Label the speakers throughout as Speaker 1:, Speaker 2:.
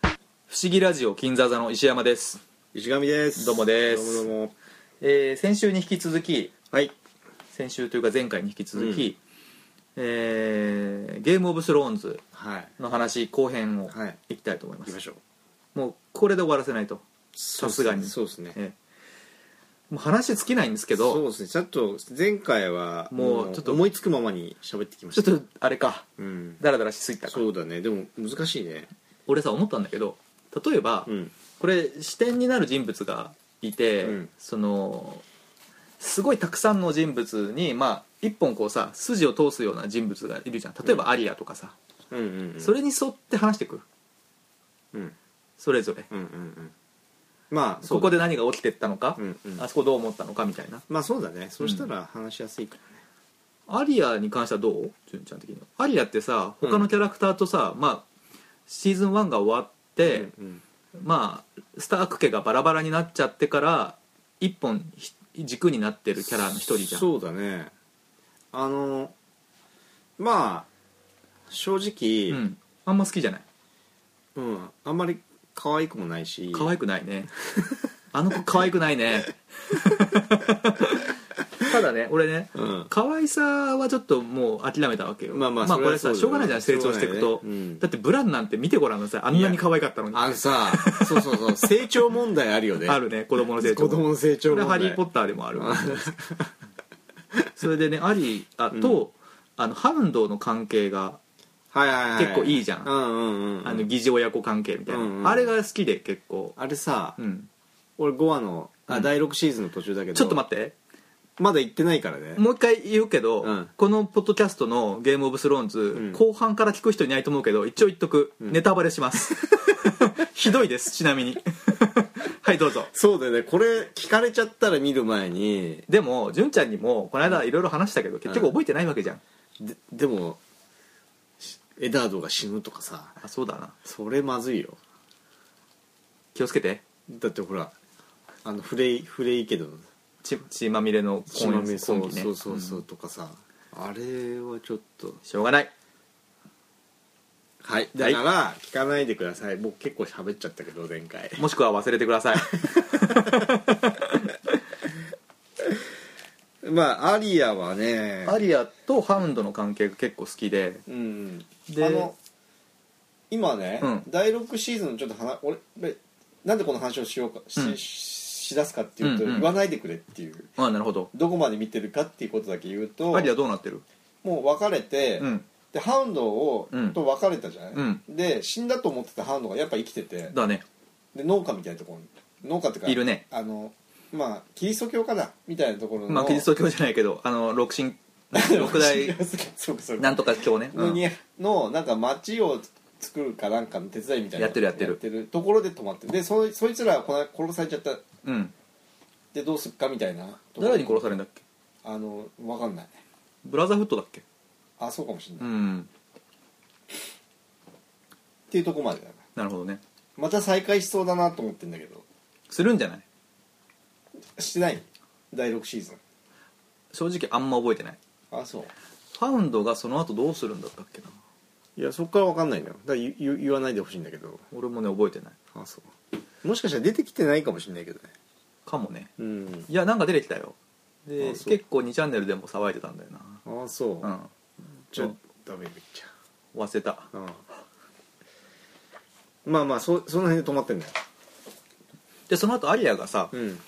Speaker 1: 思議ラジオ金座座の石山です、
Speaker 2: 石上です
Speaker 1: どうもです
Speaker 2: どうもどうも
Speaker 1: えー先週に引き続き
Speaker 2: はい
Speaker 1: 先週というか前回に引き続き、えーゲームオブスローンズ
Speaker 2: はい
Speaker 1: の話後編を
Speaker 2: はい
Speaker 1: いきたいと思いま
Speaker 2: 行き
Speaker 1: す、
Speaker 2: ましょう
Speaker 1: もうこれで終わらせないと、
Speaker 2: さ
Speaker 1: すがに
Speaker 2: そうですね
Speaker 1: えーもう話尽きないんですけ
Speaker 2: そう
Speaker 1: ど
Speaker 2: ですねちょっと前回は
Speaker 1: もう
Speaker 2: あの
Speaker 1: ちょっと
Speaker 2: 思いつくままに喋ってきま
Speaker 1: ちょっ
Speaker 2: し
Speaker 1: たとあれか
Speaker 2: うん
Speaker 1: ダラダラしすぎたか
Speaker 2: そうだねでも難しいね
Speaker 1: 俺さ思ったんだけど例えば、
Speaker 2: うん
Speaker 1: これ視点になる人物がいて、
Speaker 2: うん
Speaker 1: そのすごいたくさんの人物にまあ一本こうさ筋を通すような人物がいるじゃん例えばアリアとかさ、
Speaker 2: うんうんうん
Speaker 1: それに沿って話してくる
Speaker 2: うん
Speaker 1: それぞれ
Speaker 2: うんうんうんまあ
Speaker 1: ここで
Speaker 2: そう
Speaker 1: 何が起きてったのか、
Speaker 2: だねうんうん
Speaker 1: あそこどう思ったのかみたいな
Speaker 2: まあそうだねそうしたら話しやすいか
Speaker 1: アリアに関してはどう純ちゃん的にはアリアってさ他のキャラクターとさ、まあシーズン1が終わって、
Speaker 2: らねうんうん
Speaker 1: まあスターク家がバラバラになっちゃってから一本ひ軸になってるキャラの一人じゃん
Speaker 2: そうだねあのまあ
Speaker 1: う
Speaker 2: 正直
Speaker 1: ん、あんま好きじゃない
Speaker 2: うんあんまり可愛くもないし
Speaker 1: 可愛くない ねあの子可愛くないねただね俺ね
Speaker 2: うん
Speaker 1: 可愛さはちょっともう諦めたわけよ
Speaker 2: まあまあ
Speaker 1: これ
Speaker 2: そ
Speaker 1: さ
Speaker 2: は
Speaker 1: しょうがないじゃん
Speaker 2: そ
Speaker 1: 成
Speaker 2: うだ
Speaker 1: 長
Speaker 2: よ
Speaker 1: していくと、
Speaker 2: しょうがないよねうん
Speaker 1: だってブランなんて見てごらんなさいあんなに可愛かったのに
Speaker 2: あのさそうそう そう成長問題あるよね
Speaker 1: あるね子供の成長
Speaker 2: 子供の成長
Speaker 1: こ
Speaker 2: 問
Speaker 1: れ「
Speaker 2: 題
Speaker 1: ハリー・ポッター」でもある
Speaker 2: あ
Speaker 1: それでねアリアと、あのハンドの関係が
Speaker 2: はいはいはい
Speaker 1: 結構いいじゃん
Speaker 2: うんうんうんうん
Speaker 1: あの疑似親子関係みたいな、
Speaker 2: うんうん
Speaker 1: あれが好きで結構、
Speaker 2: あれさ
Speaker 1: うん、
Speaker 2: 俺5話の
Speaker 1: う
Speaker 2: あ
Speaker 1: ん
Speaker 2: 第6シーズンの途中だけど
Speaker 1: ちょっと待って
Speaker 2: ってまだ行ってないからね
Speaker 1: もう一回言うけど、
Speaker 2: うん
Speaker 1: このポッドキャストの「ゲームオブスローンズ、
Speaker 2: ん
Speaker 1: 後半から聞く人いないと思うけど一応言っとく、
Speaker 2: うん
Speaker 1: ネタバレします ひどいですちなみに はいどうぞ
Speaker 2: そうだよねこれ聞かれちゃったら見る前に
Speaker 1: でも純ちゃんにもこの間いろいろ話したけど結局覚えてないわけじゃん、
Speaker 2: ででもしエダードが死ぬとかさ
Speaker 1: あそうだな
Speaker 2: それまずいよ
Speaker 1: 気をつけて
Speaker 2: だってほらあのフレイフレイケドの
Speaker 1: 血血まみれの
Speaker 2: 血まみれそ
Speaker 1: 今
Speaker 2: う
Speaker 1: 期ね
Speaker 2: そうそうそううんとかさあれはちょっと
Speaker 1: しょうがない
Speaker 2: はいだから聞かないでください僕結構喋っちゃったけど前回
Speaker 1: もしくは忘れてください
Speaker 2: まあアリアはね
Speaker 1: アリアとハウンドの関係が結構好きで
Speaker 2: うん
Speaker 1: で
Speaker 2: あの今ね、
Speaker 1: うん
Speaker 2: 第6シーズンのちょっと話俺俺なんでこの話をしようかし,、
Speaker 1: うん
Speaker 2: しだすかっていうと、
Speaker 1: うんうん
Speaker 2: 言わないでくれっていう
Speaker 1: あなるほど
Speaker 2: どこまで見てるかっていうことだけ言うと
Speaker 1: アリアどうなってる
Speaker 2: もう別れて、
Speaker 1: うん
Speaker 2: でハウンドを、
Speaker 1: うん
Speaker 2: と別れたじゃない、
Speaker 1: うん
Speaker 2: で死んだと思ってたハウンドがやっぱ生きてて
Speaker 1: だね
Speaker 2: で農家みたいなところに農家っていうか
Speaker 1: いるね
Speaker 2: あのまあキリスト教かなみたいなところの、
Speaker 1: まあキリスト教じゃないけどあの六神 六大
Speaker 2: そうかそうか
Speaker 1: なんとか教ね、
Speaker 2: の
Speaker 1: うん
Speaker 2: にのなんか町を作るかなんかの手伝いみたいな
Speaker 1: やってるやってる
Speaker 2: ところで泊まってるでそそいつらはこの殺されちゃった
Speaker 1: うん
Speaker 2: でどうすっかみたいな
Speaker 1: 誰に殺される
Speaker 2: れ
Speaker 1: んだっけ
Speaker 2: あのわかんない
Speaker 1: ブラザーフットだっけ
Speaker 2: あそうかもしれない、
Speaker 1: う
Speaker 2: っ
Speaker 1: ん
Speaker 2: ていうとこまでだ
Speaker 1: な
Speaker 2: な
Speaker 1: るほどね
Speaker 2: また再開しそうだなと思ってんだけど
Speaker 1: するんじゃない
Speaker 2: してない第6シーズン
Speaker 1: 正直あんま覚えてない
Speaker 2: あそう
Speaker 1: ファウンドがその後どうするんだったっけない
Speaker 2: やそっからわかんないのよだから言言言わないでほしいんだけど
Speaker 1: 俺もね覚えてない
Speaker 2: あそうもしかしたら出てきてないかもしれないけどね
Speaker 1: かもね
Speaker 2: うん
Speaker 1: いやなんか出てきたよで
Speaker 2: あそう
Speaker 1: 結構2チャンネルでも騒いでたんだよ
Speaker 2: あそう、
Speaker 1: なうん
Speaker 2: ちょダメめっちゃ
Speaker 1: 忘れた
Speaker 2: うんまあまあそその辺で止まってんだよ
Speaker 1: でその後アリアがさ、
Speaker 2: うん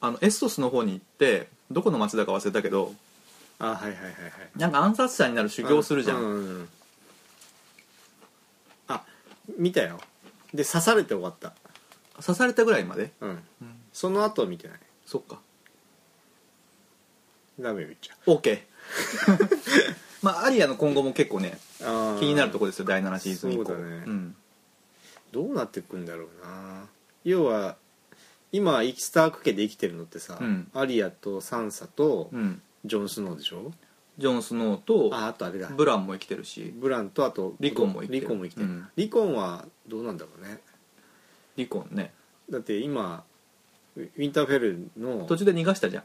Speaker 1: あのエストスの方に行ってどこの町だか忘れたけど
Speaker 2: あはいはいはいはい
Speaker 1: なんか暗殺者になる修行するじゃん、
Speaker 2: うううあ見たよで刺されて終わった
Speaker 1: 刺されたぐらいまで、
Speaker 2: うんその後は見てない
Speaker 1: そっか
Speaker 2: ダメめっちゃ
Speaker 1: OK まあアリアの今後も結構ね
Speaker 2: あー
Speaker 1: 気になるとこですよ第7シーズン以降
Speaker 2: そうだね
Speaker 1: ん、
Speaker 2: どうなってくんだろうな要は今イキスターク家で生きてるのってさ、
Speaker 1: うん
Speaker 2: アリアとサンサと
Speaker 1: うん、
Speaker 2: ジョン・スノーでしょ、
Speaker 1: ジョン・スノーと
Speaker 2: ああとあれだ
Speaker 1: ブランも生きてるし
Speaker 2: ブランとあと
Speaker 1: リコンも生きてる
Speaker 2: リコンも生きてる
Speaker 1: うん
Speaker 2: リコンはどうなんだろうね
Speaker 1: リコンね
Speaker 2: だって今ウウィンターフェルの
Speaker 1: 途中で逃がしたじゃん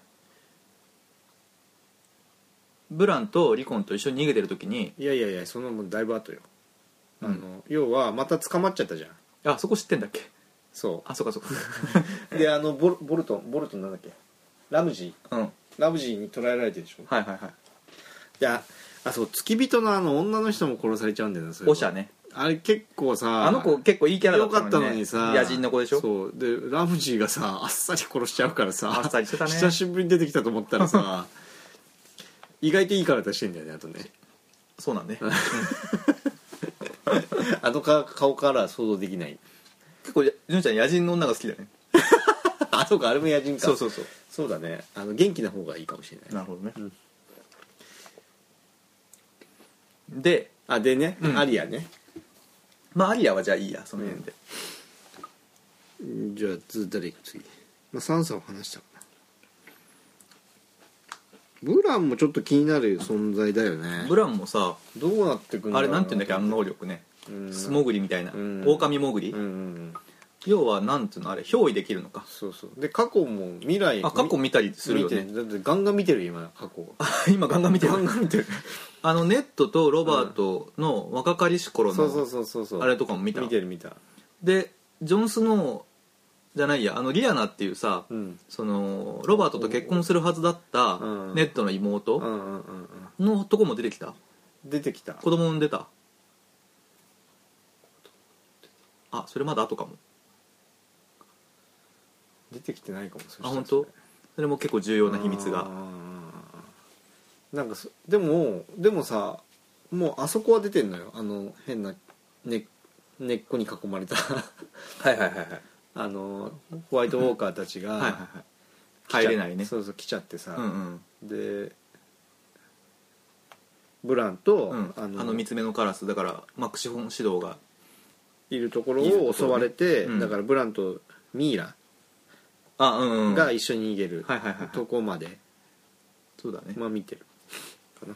Speaker 1: ブランとリコンと一緒に逃げてる時に
Speaker 2: いやいやいやそんなもんだいぶ後よ、
Speaker 1: うん
Speaker 2: あの要はまた捕まっちゃったじゃん
Speaker 1: あそこ知ってんだっけ
Speaker 2: そ
Speaker 1: あそうかそう
Speaker 2: うであのボルボルトンボルトンなんだっけラムジ
Speaker 1: かうんはい
Speaker 2: ーラムジーに捕らえられてるでしょ
Speaker 1: はいはい
Speaker 2: いやあそう付き人のあの女の人も殺されちゃうんだよなそれは
Speaker 1: オシャね
Speaker 2: あれ結構さ
Speaker 1: あの子結構いいキャラだ
Speaker 2: よ
Speaker 1: った
Speaker 2: かったのにさ
Speaker 1: 野人の子でしょ
Speaker 2: そうでラムジーがさあっさり殺しちゃうからさ
Speaker 1: あっさりしてたね
Speaker 2: 久しぶりに出てきたと思った らさ意外といい体してんだよねあとね
Speaker 1: そうなんね
Speaker 2: あのか顔からは想像できない
Speaker 1: 結構純ちゃん野人の女が好きだね
Speaker 2: あそうかあれも野人か
Speaker 1: そうそううそう
Speaker 2: そうだねあの元気な方がいいかもしれない
Speaker 1: なるほどね、
Speaker 2: うん
Speaker 1: で
Speaker 2: あでね、
Speaker 1: うん
Speaker 2: アリアね
Speaker 1: まあアリアはじゃあいいやその辺で、
Speaker 2: じゃあつ誰行く次、まあ、サンサを話したかなブランもちょっと気になる存在だよね
Speaker 1: ブランもさ
Speaker 2: どうなってくんだ
Speaker 1: あ
Speaker 2: ろ
Speaker 1: れ
Speaker 2: う
Speaker 1: なんていうんだっけあの能力ね、
Speaker 2: うん
Speaker 1: 素潜りみたいな、
Speaker 2: うん
Speaker 1: 狼潜り、
Speaker 2: うんうんうん
Speaker 1: 要はなんていうのあれ憑依できるのか
Speaker 2: そうそうで過去も未来
Speaker 1: あ過去見たりするよ
Speaker 2: 見て
Speaker 1: ね
Speaker 2: だってガンガン見てるよ今過去を
Speaker 1: 今ガンガン見てる
Speaker 2: ガンガン見てる
Speaker 1: あのネットとロバートの若かりし頃
Speaker 2: そうそう
Speaker 1: の
Speaker 2: そうそうそう
Speaker 1: あれとかも見た
Speaker 2: 見てる見た
Speaker 1: でジョン・スノーじゃないやあのリアナっていうさ、
Speaker 2: うん
Speaker 1: そのロバートと結婚するはずだった
Speaker 2: うん
Speaker 1: ネットの
Speaker 2: うんう
Speaker 1: 妹
Speaker 2: んうんうん
Speaker 1: のとこも出てきた
Speaker 2: 出てきた
Speaker 1: 子供産んでたあそれまだ後かも
Speaker 2: 出てきてないかもそした
Speaker 1: あ
Speaker 2: ら
Speaker 1: 本当それも結構重要な秘密
Speaker 2: うん
Speaker 1: が
Speaker 2: うんうんうんなんかそでもでもさもうあそこは出てんのよあの変な根根っこに囲まれた
Speaker 1: はいはいはいはい
Speaker 2: あのホワイトウォーカーたちが
Speaker 1: はいはいはい入れないね
Speaker 2: そうそう来ちゃってさ、
Speaker 1: うんうん
Speaker 2: でブランと、
Speaker 1: うんあの三つ目のカラスだからマクシホン指導が
Speaker 2: いるところ
Speaker 1: いるところ
Speaker 2: を
Speaker 1: ね
Speaker 2: 襲われて、
Speaker 1: うん
Speaker 2: だからブランとミイラ
Speaker 1: あうんうん
Speaker 2: が一緒に逃げる
Speaker 1: はいはいはいはい
Speaker 2: とこまで、
Speaker 1: そうだね
Speaker 2: まあ見てるかな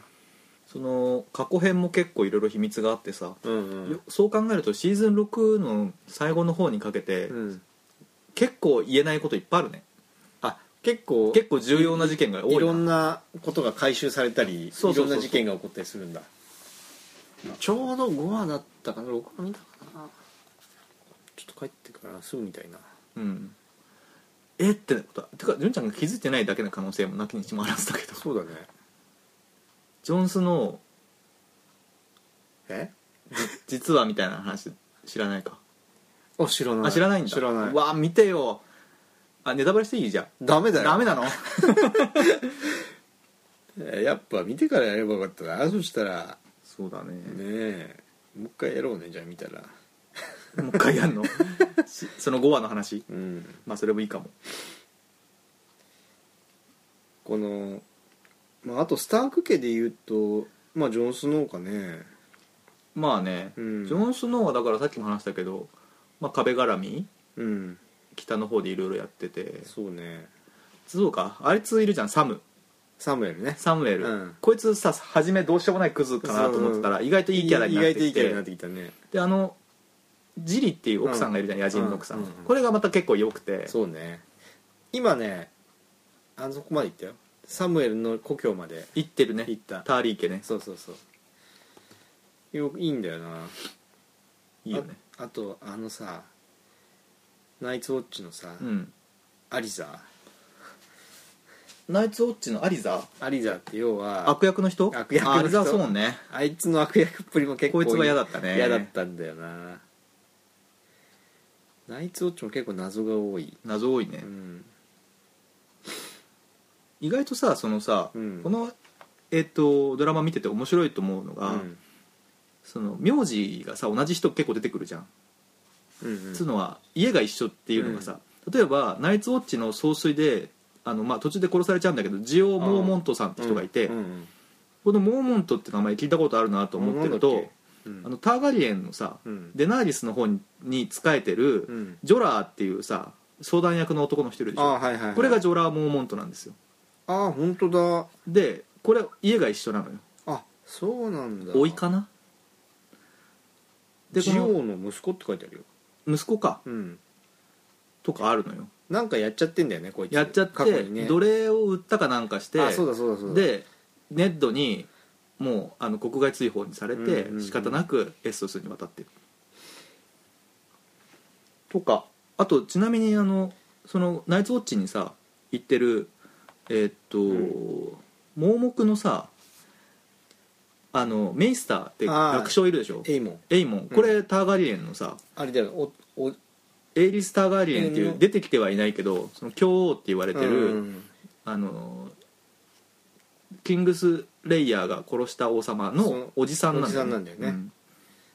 Speaker 1: その過去編も結構いろいろ秘密があってさ
Speaker 2: うん
Speaker 1: よそう考えるとシーズン6の最後の方にかけて
Speaker 2: うん
Speaker 1: 結構言えないこといっぱいあるね
Speaker 2: あ結構
Speaker 1: 結構重要な事件が多い
Speaker 2: い
Speaker 1: な
Speaker 2: ろんなことが回収されたり
Speaker 1: そうそうそうそう
Speaker 2: いろんな事件が起こったりするんだちょうど5話だったかな6話見たかなちょっと帰ってからすぐみたいな
Speaker 1: うんえってことはてか純ちゃんが気づいてないだけの可能性もなきにしもあらずだけど
Speaker 2: そうだね
Speaker 1: ジョンスの
Speaker 2: え
Speaker 1: 実はみたいな話知らないか
Speaker 2: あ知らない
Speaker 1: あ知らないんだ
Speaker 2: 知らないう
Speaker 1: わ見てよあネタバレしていいじゃん
Speaker 2: ダメだよ
Speaker 1: ダメなの
Speaker 2: えやっぱ見てからやればよかったなそしたら
Speaker 1: そうだね
Speaker 2: ねえもう一回やろうねじゃあ見たら
Speaker 1: もう一回やんの しその5話の話
Speaker 2: うん
Speaker 1: まあそれもいいかも
Speaker 2: この、まあ、あとスターク家で言うとまあジョン・スノーかね
Speaker 1: まあね、
Speaker 2: うん
Speaker 1: ジョン・スノーはだからさっきも話したけど、まあ、壁絡み
Speaker 2: うん
Speaker 1: 北の方でいろいろやってて
Speaker 2: そうね
Speaker 1: そうかあいついるじゃんサム
Speaker 2: サムエルね
Speaker 1: サムエル、
Speaker 2: うん
Speaker 1: こいつさ初めどうしようもないクズかなと思ってたら意外といいキャラになって
Speaker 2: 意外とい
Speaker 1: き
Speaker 2: いキャラになっててきたね
Speaker 1: であのジリっていう奥さんがいるじゃん、野人の奥さん、
Speaker 2: うんうんうん
Speaker 1: これがまた結構良くて
Speaker 2: そうね今ねあそこまで行ったよサムエルの故郷まで
Speaker 1: 行ってるね
Speaker 2: 行った
Speaker 1: ターリー家ね
Speaker 2: そうそうそうよいいんだよない
Speaker 1: いよね
Speaker 2: ああとあのさナイツウォッチのさ、
Speaker 1: うん
Speaker 2: アリザ
Speaker 1: ナイツウォッチのアリザ
Speaker 2: アリザって要は
Speaker 1: 悪役の人
Speaker 2: 悪役の人
Speaker 1: あアリザそうね
Speaker 2: あいつの悪役っぷりも結構
Speaker 1: こいつは嫌だったね
Speaker 2: 嫌だったんだよなナイツウォッチも結構謎が多い
Speaker 1: 謎多いね、
Speaker 2: うん
Speaker 1: 意外とさそのさ、
Speaker 2: うん
Speaker 1: このえっとドラマ見てて面白いと思うのが、
Speaker 2: うん
Speaker 1: その名字がさ同じ人結構出てくるじゃん、
Speaker 2: うんうん
Speaker 1: つうのは家が一緒っていうのがさ、例えばナイツウォッチの総帥であの、まあ、途中で殺されちゃうんだけどジオ・モーモントさんって人がいて、
Speaker 2: うんうん
Speaker 1: このモーモントって名前聞いたことあるなと思ってると、
Speaker 2: うん
Speaker 1: あのターガリエンのさ、
Speaker 2: うん
Speaker 1: デナーリスの方にに仕えてる、
Speaker 2: うん
Speaker 1: ジョラーっていうさ相談役の男の人いるでし
Speaker 2: あ
Speaker 1: ょ
Speaker 2: はいはいはい
Speaker 1: これがジョラー・モーモントなんですよ
Speaker 2: あ本当だ
Speaker 1: でこれ家が一緒なのよ
Speaker 2: あそうなんだ
Speaker 1: 甥いかなでこ
Speaker 2: ジ
Speaker 1: の
Speaker 2: オの息子って書いてあるよ
Speaker 1: 息子か
Speaker 2: うん
Speaker 1: とかあるのよ
Speaker 2: なんかやっちゃってんだよねこいつ
Speaker 1: やっちゃっ
Speaker 2: 過去
Speaker 1: て、
Speaker 2: にね
Speaker 1: 奴隷を売ったかなんかして
Speaker 2: あそうだそうだそうだ
Speaker 1: でネッドにもうあの国外追放にされて、
Speaker 2: うんうんうん
Speaker 1: 仕方なくエッソスに渡ってるとかあとちなみにあのそのナイツウォッチにさ行ってるえーっと、
Speaker 2: うん
Speaker 1: 盲目のさあのメイスターって
Speaker 2: あー
Speaker 1: 学長いるでしょ
Speaker 2: エイモン
Speaker 1: エイモンこれターガリエンのさ
Speaker 2: あれだよおお
Speaker 1: エイリス・ターガリエンってい
Speaker 2: エ
Speaker 1: う
Speaker 2: イの
Speaker 1: 出てきてはいないけどその教王って言われてる、
Speaker 2: うん
Speaker 1: あのキングス・レイヤーが殺した王様
Speaker 2: そ
Speaker 1: の
Speaker 2: の
Speaker 1: おじさんなんだ
Speaker 2: おじさんなんだよね
Speaker 1: うん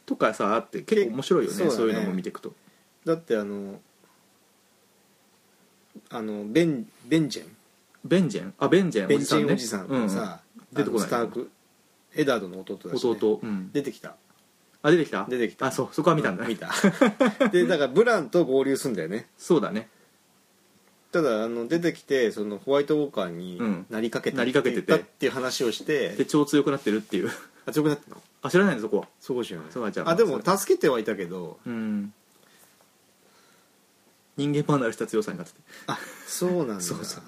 Speaker 1: とかさあって結構面白いよね
Speaker 2: け
Speaker 1: そう
Speaker 2: そうだね
Speaker 1: いうのも見ていくと
Speaker 2: だってあのあのベンベンジェン
Speaker 1: ベンジェンあベンジェン
Speaker 2: ベンジェンおじさん
Speaker 1: う
Speaker 2: が
Speaker 1: ん
Speaker 2: さ、
Speaker 1: 出てこない
Speaker 2: あのスタークエダードの弟だし、ね、
Speaker 1: 弟、うん、
Speaker 2: 出てきた
Speaker 1: あ出てきた
Speaker 2: 出てきた
Speaker 1: あそうそこは見たんだ、
Speaker 2: 見たでだからブランと合流すんだよね
Speaker 1: そうだね
Speaker 2: ただあの出てきてそのホワイトウォーカーに
Speaker 1: うん
Speaker 2: なりかけて
Speaker 1: なりかけてて
Speaker 2: 言ったっていう話をして、
Speaker 1: で超強くなってるっていう
Speaker 2: あ強くなったの
Speaker 1: あ知らないのそこは
Speaker 2: そこじゃない
Speaker 1: そうじゃん
Speaker 2: あでも助けてはいたけど
Speaker 1: うん人間離れした強さになってて
Speaker 2: あそうなん だ
Speaker 1: そうそう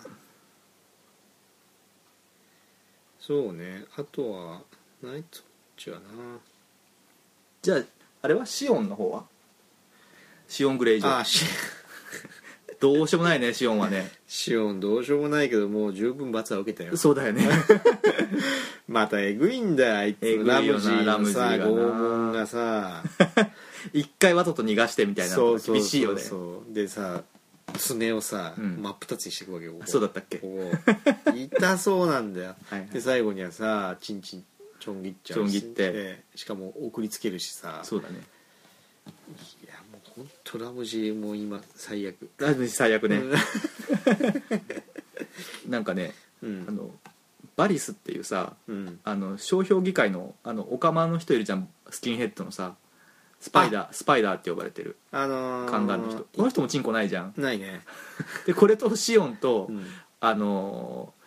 Speaker 2: そうねあとはナイトウォッチはな
Speaker 1: じゃああれはシオンの方はシオングレイジョ
Speaker 2: あ
Speaker 1: ー
Speaker 2: シ
Speaker 1: どうしようもないねシオンはね
Speaker 2: シオンどうしようもないけどもう十分罰は受けたよ
Speaker 1: そうだよ ね
Speaker 2: またえぐいんだよあい
Speaker 1: え
Speaker 2: つ
Speaker 1: ぐい
Speaker 2: ラム
Speaker 1: よ
Speaker 2: ジ
Speaker 1: な
Speaker 2: ーのさ
Speaker 1: ラムジーがな
Speaker 2: 拷問がさ
Speaker 1: 一回わざと逃がしてみたいなの
Speaker 2: そう
Speaker 1: が
Speaker 2: そうそうそう
Speaker 1: 厳しいよね
Speaker 2: でさ爪をさ、
Speaker 1: うん
Speaker 2: 真っ二つにしていくわけよここ
Speaker 1: そうだったっけ
Speaker 2: ここ痛そうなんだよ
Speaker 1: はいはい
Speaker 2: で最後にはさチンチンちょん切っちゃうし
Speaker 1: ちょん切って
Speaker 2: でしかも送りつけるしさ
Speaker 1: そうだね
Speaker 2: いやもう本当ラムジーもう今最悪
Speaker 1: ラムジー最悪ね、なんかね
Speaker 2: う
Speaker 1: あ
Speaker 2: ん
Speaker 1: のバリスっていうさ
Speaker 2: うん
Speaker 1: あの商標議会のあのオカマの人いるじゃんスキンヘッドのさスパイダースパイダーって呼ばれてる
Speaker 2: あのー
Speaker 1: 宦官の人この人もチンコないじゃん
Speaker 2: ないね
Speaker 1: でこれとシオンと、
Speaker 2: うん
Speaker 1: あのー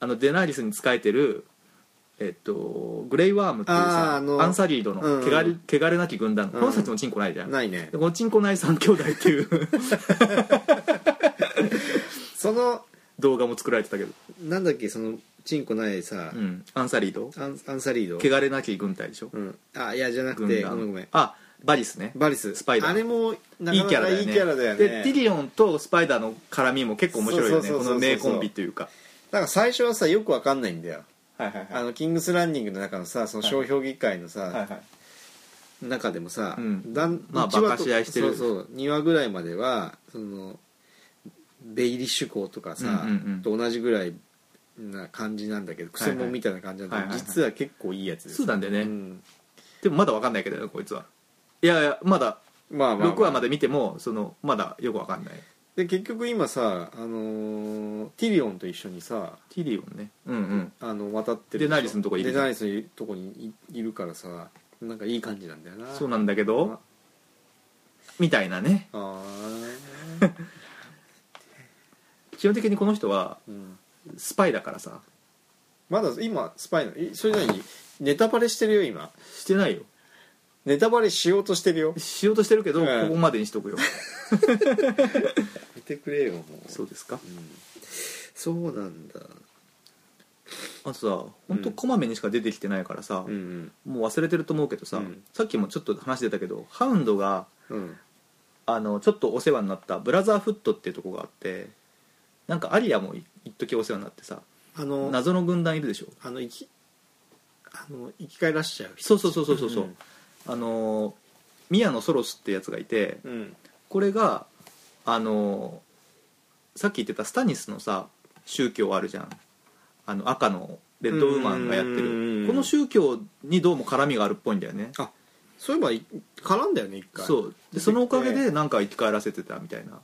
Speaker 1: あのデナーリスに仕えてるえっとグレイワームっていう
Speaker 2: あー
Speaker 1: さ
Speaker 2: あの
Speaker 1: アンサリードの
Speaker 2: うんうん
Speaker 1: けがれけがれなき軍団
Speaker 2: うん
Speaker 1: この人たちもチンコないじゃんで
Speaker 2: ないね
Speaker 1: このチンコない三兄弟っていう
Speaker 2: その
Speaker 1: 動画も作られてたけど、
Speaker 2: なんだっけそのチンコないさ、
Speaker 1: うん、アンサリード
Speaker 2: アンアンサリード
Speaker 1: 汚れなき軍隊でしょ
Speaker 2: うん、あいやじゃなく
Speaker 1: 軍
Speaker 2: て
Speaker 1: 団
Speaker 2: ごめんごめん
Speaker 1: あバリスね
Speaker 2: バリス
Speaker 1: スパイダー
Speaker 2: あれもなか
Speaker 1: いい
Speaker 2: な
Speaker 1: キャラ
Speaker 2: か
Speaker 1: だよね
Speaker 2: いいキャラだよね
Speaker 1: でティリオンとスパイダーの絡みも結構面白いよね
Speaker 2: そう
Speaker 1: こ
Speaker 2: そうそうそう
Speaker 1: の名コンビというか
Speaker 2: だから最初はさよくわかんないんだよ
Speaker 1: はいはい
Speaker 2: あのキングスランニングの中のさその商標議会のさ、中でもさ、
Speaker 1: うん
Speaker 2: だん
Speaker 1: まあ
Speaker 2: 一話と
Speaker 1: 馬鹿し合いしてる
Speaker 2: そうそう2話ぐらいまではそのベイリッシュ校とかさ、
Speaker 1: うんうんうん
Speaker 2: と同じぐらいな感じなんだけどクセモンみたいな感じなんだけど、
Speaker 1: はいはい
Speaker 2: 実は結構いいやつです
Speaker 1: そうなんだよね、
Speaker 2: うん
Speaker 1: でもまだ分かんないけどねこいつはいやいやまだ
Speaker 2: まあまあ、
Speaker 1: 6話ま
Speaker 2: で
Speaker 1: で見てもそのまだよく分かんない
Speaker 2: で結局今さ、あのーティリオンと一緒にさ
Speaker 1: ティリオンねうんうん
Speaker 2: あの渡ってる
Speaker 1: デナーリスのとこいる
Speaker 2: デナーリスのとこにいいるからさなんかいい感じなんだよな
Speaker 1: そう
Speaker 2: う
Speaker 1: なんだけどみたいなね
Speaker 2: ああ、
Speaker 1: 基本的にこの人は
Speaker 2: うん、
Speaker 1: スパイだからさ
Speaker 2: まだ今スパイのえそれ何ネタバレしてるよ今
Speaker 1: してないよ
Speaker 2: ネタバレしようとしてるよ
Speaker 1: しようとしてるけど、
Speaker 2: うん
Speaker 1: ここまでにしとくよ
Speaker 2: 見てくれよもう
Speaker 1: そうですか
Speaker 2: うんそうなんだ
Speaker 1: あとさ本当こまめにしか出てきてないからさ、
Speaker 2: うん
Speaker 1: もう忘れてると思うけどさ、
Speaker 2: うん
Speaker 1: さっきもちょっと話出たけどハウンドが
Speaker 2: うんうん
Speaker 1: あのちょっとお世話になったブラザーフットっていうとこがあってなんかアリアもい一時お世話になってさ
Speaker 2: あの
Speaker 1: 謎の軍団いるでしょ
Speaker 2: あの生きあの生き返らしちゃう
Speaker 1: そうそうそうそうそうそうあのー宮野ソロスってやつがいて
Speaker 2: うん、うん
Speaker 1: これがあのーさっき言ってたスタニスのさ宗教あるじゃんあの赤のレッドウーマンがやって
Speaker 2: う
Speaker 1: る
Speaker 2: ん
Speaker 1: この宗教にどうも絡みがあるっぽいんだよね
Speaker 2: あそういえばい絡んだよね一回
Speaker 1: そううでそのおかげでなんか生き返らせてたみたいな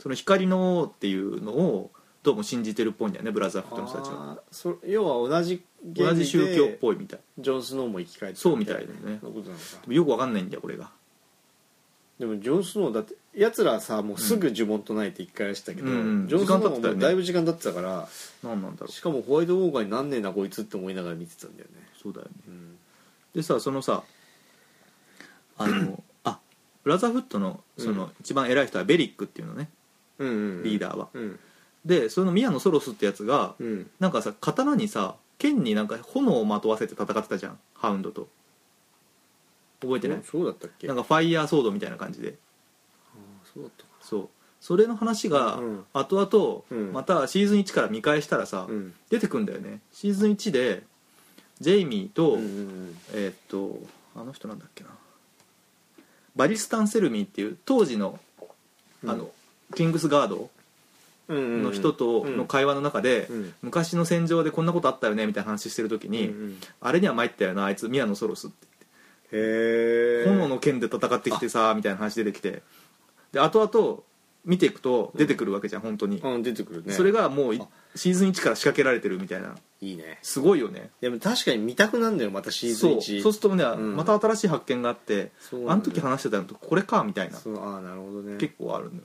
Speaker 1: その光の王っていうのをどうも信じてるっぽいんだよねブラザーフットの人たちは
Speaker 2: あーそ要は同じ
Speaker 1: 同じ宗教っ
Speaker 2: い
Speaker 1: ぽいみたい
Speaker 2: ジョン・スノーも生き返った
Speaker 1: そうみたいだよね
Speaker 2: そんなことなのか
Speaker 1: よくわかんないんだよこれが
Speaker 2: でもジョン・スノーだってやつらはさもうすぐ呪文唱えて一回らしたけど、
Speaker 1: うんうん
Speaker 2: ジョン・スノー
Speaker 1: 時間経っ
Speaker 2: も
Speaker 1: てた
Speaker 2: も
Speaker 1: よ
Speaker 2: う
Speaker 1: ね
Speaker 2: だいぶ時間経ってたから
Speaker 1: 何なんだろう
Speaker 2: しかもホワイトウォーカーになんねえなこいつって思いながら見てたんだよね、
Speaker 1: そうだよね
Speaker 2: うん
Speaker 1: でさそのさあのあブラザーフットのその、
Speaker 2: うん
Speaker 1: 一番偉い人はベリックっていうのね
Speaker 2: うんうん
Speaker 1: リーダーは、
Speaker 2: うん
Speaker 1: でその宮野ソロスってやつが、
Speaker 2: うん
Speaker 1: なんかさ刀にさ剣になんか炎をまとわせて戦ってたじゃんハウンドと覚えてない
Speaker 2: そうだったっけ
Speaker 1: なんかファイヤーソードみたいな感じで
Speaker 2: そうだったか
Speaker 1: そうそれの話が
Speaker 2: うん
Speaker 1: 後々、
Speaker 2: うん
Speaker 1: またシーズン1から見返したらさ、
Speaker 2: なうん
Speaker 1: 出てくんだよねシーズン1でジェイミーと、
Speaker 2: うんうん
Speaker 1: えーっとあの人なんだっけなバリスタン・セルミーっていう当時のあの、キングスガード
Speaker 2: うんうん
Speaker 1: の人との会話の中で、
Speaker 2: うん
Speaker 1: 昔の戦場でこんなことあったよねみたいな話してる時に、
Speaker 2: うんうん
Speaker 1: あれには参ったよなあいつミアノソロスって
Speaker 2: へえ
Speaker 1: 炎の剣で戦ってきてさみたいな話出てきてで後々見ていくと出てくるわけじゃん本当に、
Speaker 2: うん出てくるね
Speaker 1: それがもうい
Speaker 2: あ
Speaker 1: シーズン1から仕掛けられてるみたいない
Speaker 2: いね
Speaker 1: すごいよね
Speaker 2: でも確かに見たくなんだよまたシーズン
Speaker 1: そう
Speaker 2: 1
Speaker 1: そうするとね、
Speaker 2: うん
Speaker 1: また新しい発見があって
Speaker 2: そうな
Speaker 1: あ
Speaker 2: ん
Speaker 1: の
Speaker 2: だよ
Speaker 1: 時話してたのとこれかみたいな
Speaker 2: そうああなるほどね
Speaker 1: 結構あるのよ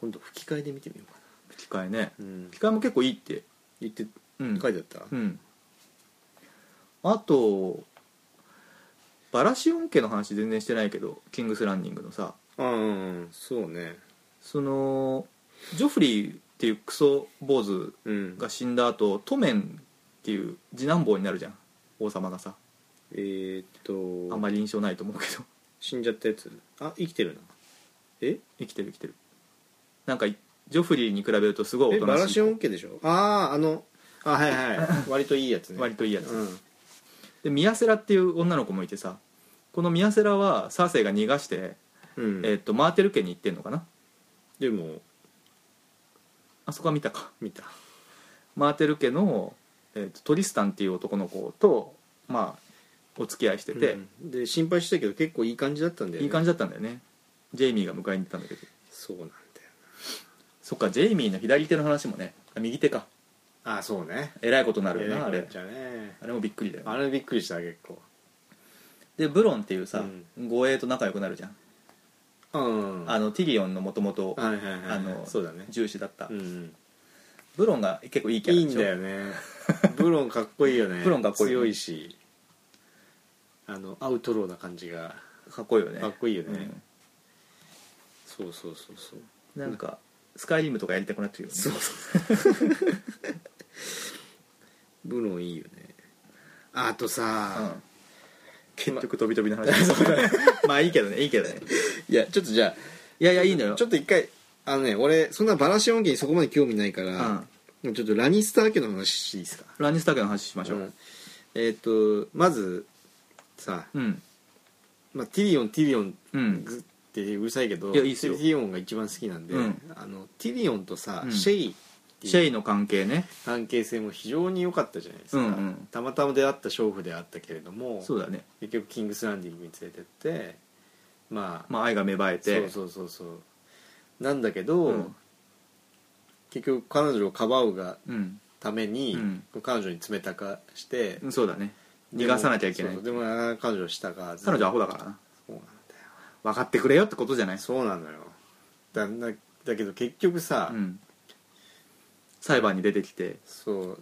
Speaker 2: 今度吹き替えで見てみようか
Speaker 1: 吹き替えね
Speaker 2: なうん
Speaker 1: 吹き替えも結構いいって
Speaker 2: 言って
Speaker 1: うん
Speaker 2: 書いてあった
Speaker 1: うんあとバラシオン家の話全然してないけどキングスランニングのさ
Speaker 2: うんうんうんそうね
Speaker 1: そのジョフリーっていうクソ坊主
Speaker 2: うん
Speaker 1: が死んだ後トメンっていう次男坊になるじゃん王様がさ
Speaker 2: えーっと
Speaker 1: あんまり印象ないと思うけど
Speaker 2: 死んじゃったやつあ生きてるなえ
Speaker 1: 生きてる生きてるなんかジョフリーに比べるとすごい
Speaker 2: え
Speaker 1: 大人
Speaker 2: バラシオ
Speaker 1: い
Speaker 2: ン家でしょあああのあはい はい割といいやつね
Speaker 1: 割といいやつ、
Speaker 2: うん
Speaker 1: でミヤセラっていう女の子もいてさこのミヤセラはサーセイが逃がして、
Speaker 2: うん
Speaker 1: えーっとマーテル家に行ってんのかな
Speaker 2: でも
Speaker 1: あそこは見たか
Speaker 2: 見た
Speaker 1: マーテル家の、えーっとトリスタンっていう男の子とまあお付き合いしてて、
Speaker 2: うんで心配してたけど結構いい感じだったんだよね
Speaker 1: いい感じだったんだよねジェイミーが迎えに行ったんだけど
Speaker 2: そうなんだよ
Speaker 1: そっかジェイミーの左手の話もね右手か
Speaker 2: あそうね
Speaker 1: えらいことになるよ
Speaker 2: え
Speaker 1: な
Speaker 2: ら
Speaker 1: あ
Speaker 2: いこ
Speaker 1: れ
Speaker 2: とやっちゃうね
Speaker 1: あれもびっくりだよね、
Speaker 2: あれびっくりした結構
Speaker 1: でブロンっていうさ、
Speaker 2: うん
Speaker 1: 護衛と仲良くなるじゃん、
Speaker 2: うん
Speaker 1: あのティリオンのもともと
Speaker 2: はいはいはい
Speaker 1: あの
Speaker 2: そうだね
Speaker 1: 重視だった、
Speaker 2: うん
Speaker 1: ブロンが結構いいキャ
Speaker 2: い
Speaker 1: ラ
Speaker 2: い
Speaker 1: で
Speaker 2: ん
Speaker 1: しょ
Speaker 2: だ よねブロンかっこいいよね
Speaker 1: ブロンかっこいい
Speaker 2: 強いしあのアウトローな感じが
Speaker 1: かっこいいよね
Speaker 2: かっこいいよね
Speaker 1: うん
Speaker 2: そうそうそうそう
Speaker 1: なんかスカイリムとかやりたくなってるよね
Speaker 2: ブロンいいよねあとさ、
Speaker 1: ん、結局飛び飛びの話 まあいいけどねいいけどね
Speaker 2: いやちょっとじゃあ
Speaker 1: いやいやいいのよ
Speaker 2: ちょっと一回あのね俺そんなバラシオン家にそこまで興味ないから、ちょっとラニスター家の話していいですか、
Speaker 1: ラニスター家の話しましょ
Speaker 2: う
Speaker 1: うん
Speaker 2: えっ、とまずさ、
Speaker 1: うん
Speaker 2: まあ、ティリオンティリオン
Speaker 1: うん
Speaker 2: ってうるさいけど、
Speaker 1: いやいいっすよ
Speaker 2: ティリオンが一番好きなんで、
Speaker 1: うん
Speaker 2: あのティリオンとさ、
Speaker 1: うん
Speaker 2: シェイって
Speaker 1: シェ
Speaker 2: いう
Speaker 1: イの関係ね
Speaker 2: 関係性も非常に良かったじゃないです
Speaker 1: う
Speaker 2: か、
Speaker 1: んうん
Speaker 2: たまたま出会った娼婦であったけれども
Speaker 1: そうだね
Speaker 2: 結局キングスランディングに連れてってまあ、
Speaker 1: まあ愛が芽生えて
Speaker 2: そうそうそうそうなんだけど、
Speaker 1: うん
Speaker 2: 結局彼女をかばうが
Speaker 1: うん
Speaker 2: ために、
Speaker 1: う
Speaker 2: 彼女に冷たかして、
Speaker 1: うんそうだね逃がさなきゃいけない
Speaker 2: そうそうでもなかなか彼女を従わず
Speaker 1: 彼女アホだからな
Speaker 2: そうなんだよ
Speaker 1: 分かってくれよってことじゃない
Speaker 2: そうなのよだなだけど結局さ、
Speaker 1: うん、裁判に出てきて
Speaker 2: そ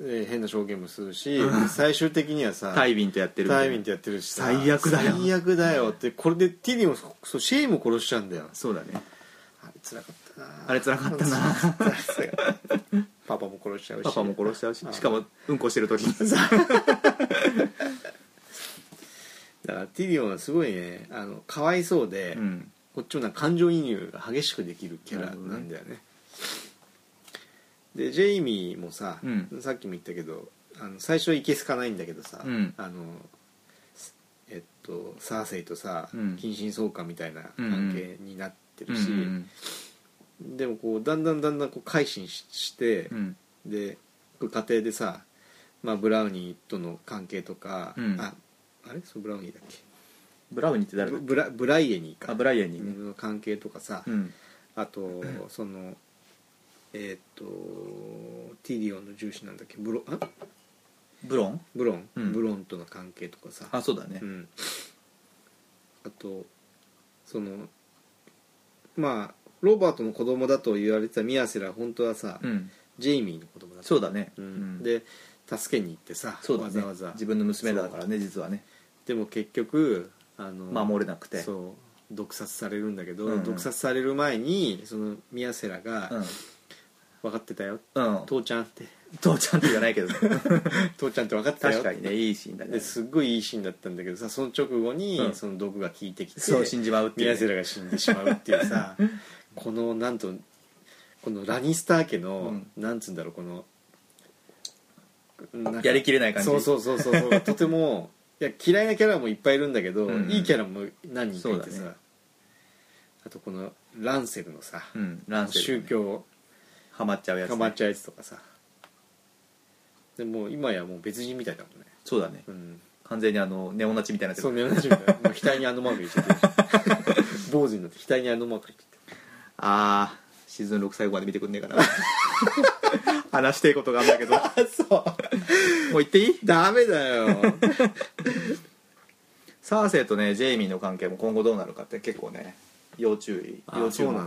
Speaker 2: う、えー変な証言もするし最終的にはさ
Speaker 1: タイビンとやってるみた
Speaker 2: タ
Speaker 1: い
Speaker 2: イ
Speaker 1: な
Speaker 2: ミングやってるしさ
Speaker 1: 最悪だよ
Speaker 2: 最悪だよってこれでティリもそうシェイも殺しちゃうんだよ
Speaker 1: そうだね
Speaker 2: あれ辛かったな
Speaker 1: あれ辛かったな
Speaker 2: 辛かったパパも殺しちゃうし
Speaker 1: パパも殺しちゃうし
Speaker 2: あ
Speaker 1: しかもうんこしてる時に
Speaker 2: だからティリオンはすごいねあのかわいそうで、
Speaker 1: うん
Speaker 2: こっちもなんか感情移入が激しくできるキャラなんだよねでジェイミーもさ、
Speaker 1: うん
Speaker 2: さっきも言ったけどあの最初いけすかないんだけどさ、
Speaker 1: うん
Speaker 2: あのすえっとサーセイとさ
Speaker 1: うん
Speaker 2: 近親相関みたいな関係になって
Speaker 1: う
Speaker 2: る
Speaker 1: ん
Speaker 2: し、でもこうだんだんだんだんこう改心しして、
Speaker 1: うん
Speaker 2: でこう家庭でさ、まあ、ブラウニーとの関係とか、
Speaker 1: うん
Speaker 2: ああれそうブラウニーだっけ
Speaker 1: ブラウニーって誰だ
Speaker 2: ブブラブライエニーか
Speaker 1: あブライエニーね
Speaker 2: の関係とかさ、
Speaker 1: うん
Speaker 2: あとそのえーっとティリオンの重視なんだっけブロあ
Speaker 1: ブロン
Speaker 2: ブロン、
Speaker 1: うん
Speaker 2: ブロンとの関係とかさ
Speaker 1: あそうだね
Speaker 2: うん、あとそのまあロバートの子供だと言われてたミアセラは本当はさ、
Speaker 1: うん
Speaker 2: ジェイミーの子供だった
Speaker 1: そうだね
Speaker 2: う
Speaker 1: うんん
Speaker 2: で助けに行ってさ
Speaker 1: そうだ
Speaker 2: わ
Speaker 1: ね
Speaker 2: ざわざ
Speaker 1: 自分の娘だからね実はね
Speaker 2: でも結局あの
Speaker 1: 守れなくてう
Speaker 2: そう毒殺されるんだけど、
Speaker 1: うんうん
Speaker 2: 毒殺される前にそのミアセラが
Speaker 1: ん
Speaker 2: 「分かってたよ
Speaker 1: うん
Speaker 2: 父ちゃん」って
Speaker 1: 父ちゃんって言わないけど
Speaker 2: 父ちゃんって分かってた
Speaker 1: 確
Speaker 2: よ
Speaker 1: かにねいいシーンだね
Speaker 2: ですっごいいいシーンだったんだけどさその直後に、
Speaker 1: うん
Speaker 2: その毒が効いてきて
Speaker 1: そう死んじまうっていう
Speaker 2: 宮
Speaker 1: ね、
Speaker 2: 世良が死んでしまうってい うさこのなんとこのラニスター家の、なんつうんだろうこのなんか
Speaker 1: やりきれない感じ
Speaker 2: そうそうそうそうそうとてもいや嫌いなキャラもいっぱいいるんだけど、
Speaker 1: うんうん
Speaker 2: いいキャラも何人かいて
Speaker 1: そ
Speaker 2: さ、
Speaker 1: うだね
Speaker 2: あとこのランセルのさ、
Speaker 1: うん乱世
Speaker 2: 宗教
Speaker 1: ハマっちゃうやつ、
Speaker 2: かまっちゃうやつとかさでもう今やもう別人みたいだもんね
Speaker 1: そうだね
Speaker 2: うん
Speaker 1: 完全にあのネオナチみたいなやつ
Speaker 2: そうね同じみたいなもう額にあのマーク入れちゃってる坊主になって額にあのマーク入れちゃって
Speaker 1: あーシーズン6最後まで見てくんねえかな話してえことがあるんだけども
Speaker 2: あ そ
Speaker 1: う
Speaker 2: う
Speaker 1: 言っていい
Speaker 2: ダメ だよ
Speaker 1: サーセイとねジェイミーの関係も今後どうなるかって結構ね要注意要注目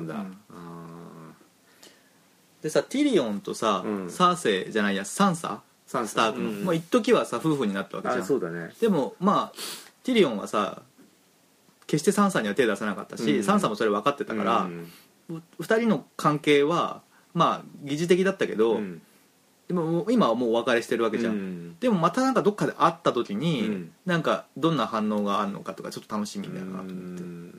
Speaker 1: でさティリオンとさ、
Speaker 2: うん
Speaker 1: サーセイじゃないやサンサ
Speaker 2: サンサ
Speaker 1: スタークの、
Speaker 2: うん
Speaker 1: まあ一時はさ夫婦になったわけじゃん
Speaker 2: うだね
Speaker 1: でもまあティリオンはさ決してサンサには手出さなかったし、
Speaker 2: うん
Speaker 1: サンサもそれ分かってた
Speaker 2: だ
Speaker 1: か、
Speaker 2: からら
Speaker 1: う二人の関係はまあ疑似的だったけど、でももう今はもうお別れしてるわけじゃん、でもまたなんかどっかで会った時に、
Speaker 2: うん
Speaker 1: なんかどんな反応があるのかとかちょっと楽しみだなと思って、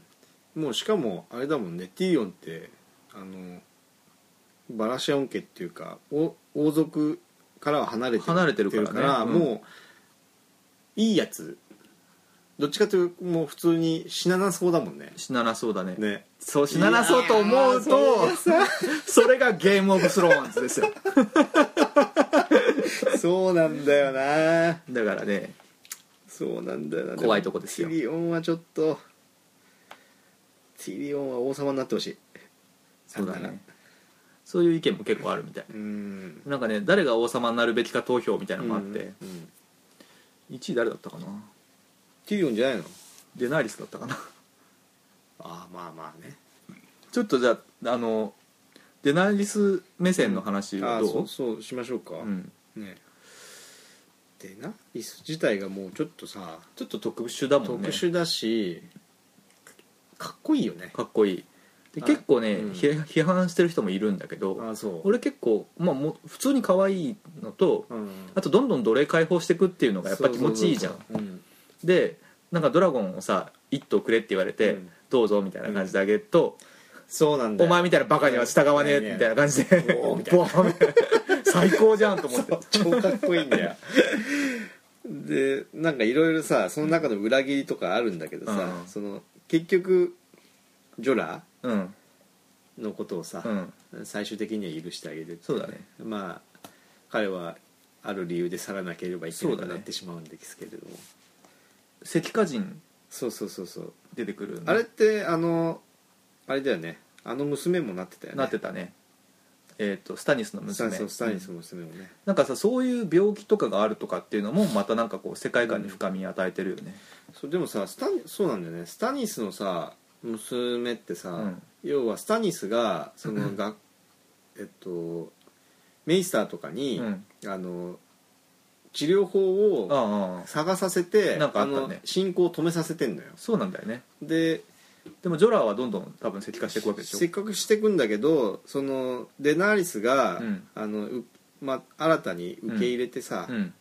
Speaker 2: もうしかもあれだもんねティリオンってあのバラシャオン家っていうかお王族からは離れて
Speaker 1: 離れてるからねうん
Speaker 2: もういいやつどっちかというともう普通に死ななそうだもんね
Speaker 1: 死ななそうだね
Speaker 2: ね
Speaker 1: そう死ななそうと思う
Speaker 2: い
Speaker 1: と
Speaker 2: やー
Speaker 1: それがゲームオブスローンズです よ
Speaker 2: そうなんだよな
Speaker 1: だからね
Speaker 2: そうなんだよな
Speaker 1: 怖いとこですよ
Speaker 2: もティリオンはちょっとティリオンは王様になってほしい
Speaker 1: そうだ
Speaker 2: なんなら
Speaker 1: ねそういう意見も結構あるみたいう
Speaker 2: ーん
Speaker 1: なんかね誰が王様になるべきか投票みたいなのもあって、
Speaker 2: うんうん
Speaker 1: 1位誰だったかな
Speaker 2: ティリオンじゃないの
Speaker 1: デナーリスだったかな
Speaker 2: ああまあまあね
Speaker 1: ちょっとじゃああのデナーリス目線の話
Speaker 2: あ
Speaker 1: は
Speaker 2: あ
Speaker 1: どう、
Speaker 2: そうそうしましょうか、
Speaker 1: うん
Speaker 2: ねでなリス自体がもうちょっとさ
Speaker 1: ちょっと特殊だもん
Speaker 2: 特
Speaker 1: ね
Speaker 2: 殊だしかっこいいよね
Speaker 1: かっこいいで
Speaker 2: あ
Speaker 1: 結構ね、
Speaker 2: うん
Speaker 1: 批批判してる人もいるんだけど
Speaker 2: ああそう
Speaker 1: 俺結構、まあ、もう普通に可愛いのと
Speaker 2: うん
Speaker 1: あとどんどん奴隷解放していくっていうのがやっぱ気持ちいいじゃん
Speaker 2: そうそうそう
Speaker 1: でなんかドラゴンをさ一頭くれって言われて、
Speaker 2: うん
Speaker 1: どうぞみたいな感じであげると、
Speaker 2: そうなんだ
Speaker 1: お
Speaker 2: よ
Speaker 1: 前みたいなバカには従わねえみたいな感じで、
Speaker 2: おーみたい
Speaker 1: ボーンみたいな最高じゃんと思って
Speaker 2: 超かっこいいん だよでなんかいろいろさその中の裏切りとかあるんだけどさ、
Speaker 1: うん
Speaker 2: その結局ジョラ
Speaker 1: うん
Speaker 2: のことをさ
Speaker 1: う、ん
Speaker 2: 最終的には許してあげる
Speaker 1: そうだね
Speaker 2: まあ彼はある理由で去らなければいけな
Speaker 1: そう
Speaker 2: く
Speaker 1: だね
Speaker 2: なってしまうんですけれども
Speaker 1: 石化人
Speaker 2: そう,、そうそうそう
Speaker 1: 出てくるんだ
Speaker 2: あれってあのあれだよねあの娘もなってたよね
Speaker 1: なってたねえっ、とスタニスの
Speaker 2: そう
Speaker 1: 娘
Speaker 2: そうスタニス
Speaker 1: うん
Speaker 2: の娘もね、
Speaker 1: なんかさそういう病気とかがあるとかっていうのもまたなんかこう世界観に深みに与えてるよね
Speaker 2: そうでもさスタニそうなんだよねスタニスのさ娘ってさ、
Speaker 1: うん
Speaker 2: 要はスタニスがそのがえっとメイスターとかに、
Speaker 1: うん
Speaker 2: あの治療法
Speaker 1: あ
Speaker 2: を
Speaker 1: あああ
Speaker 2: 探させて
Speaker 1: なんかあったね
Speaker 2: の進行を止めさせてんのよ
Speaker 1: そうなんだよね
Speaker 2: で
Speaker 1: でもジョラはどんどん多分石化していくわけでしょ
Speaker 2: せっかくしてくんだけどそのデナーリスが、
Speaker 1: うん
Speaker 2: あのうま、新たに受け入れてさ、
Speaker 1: うん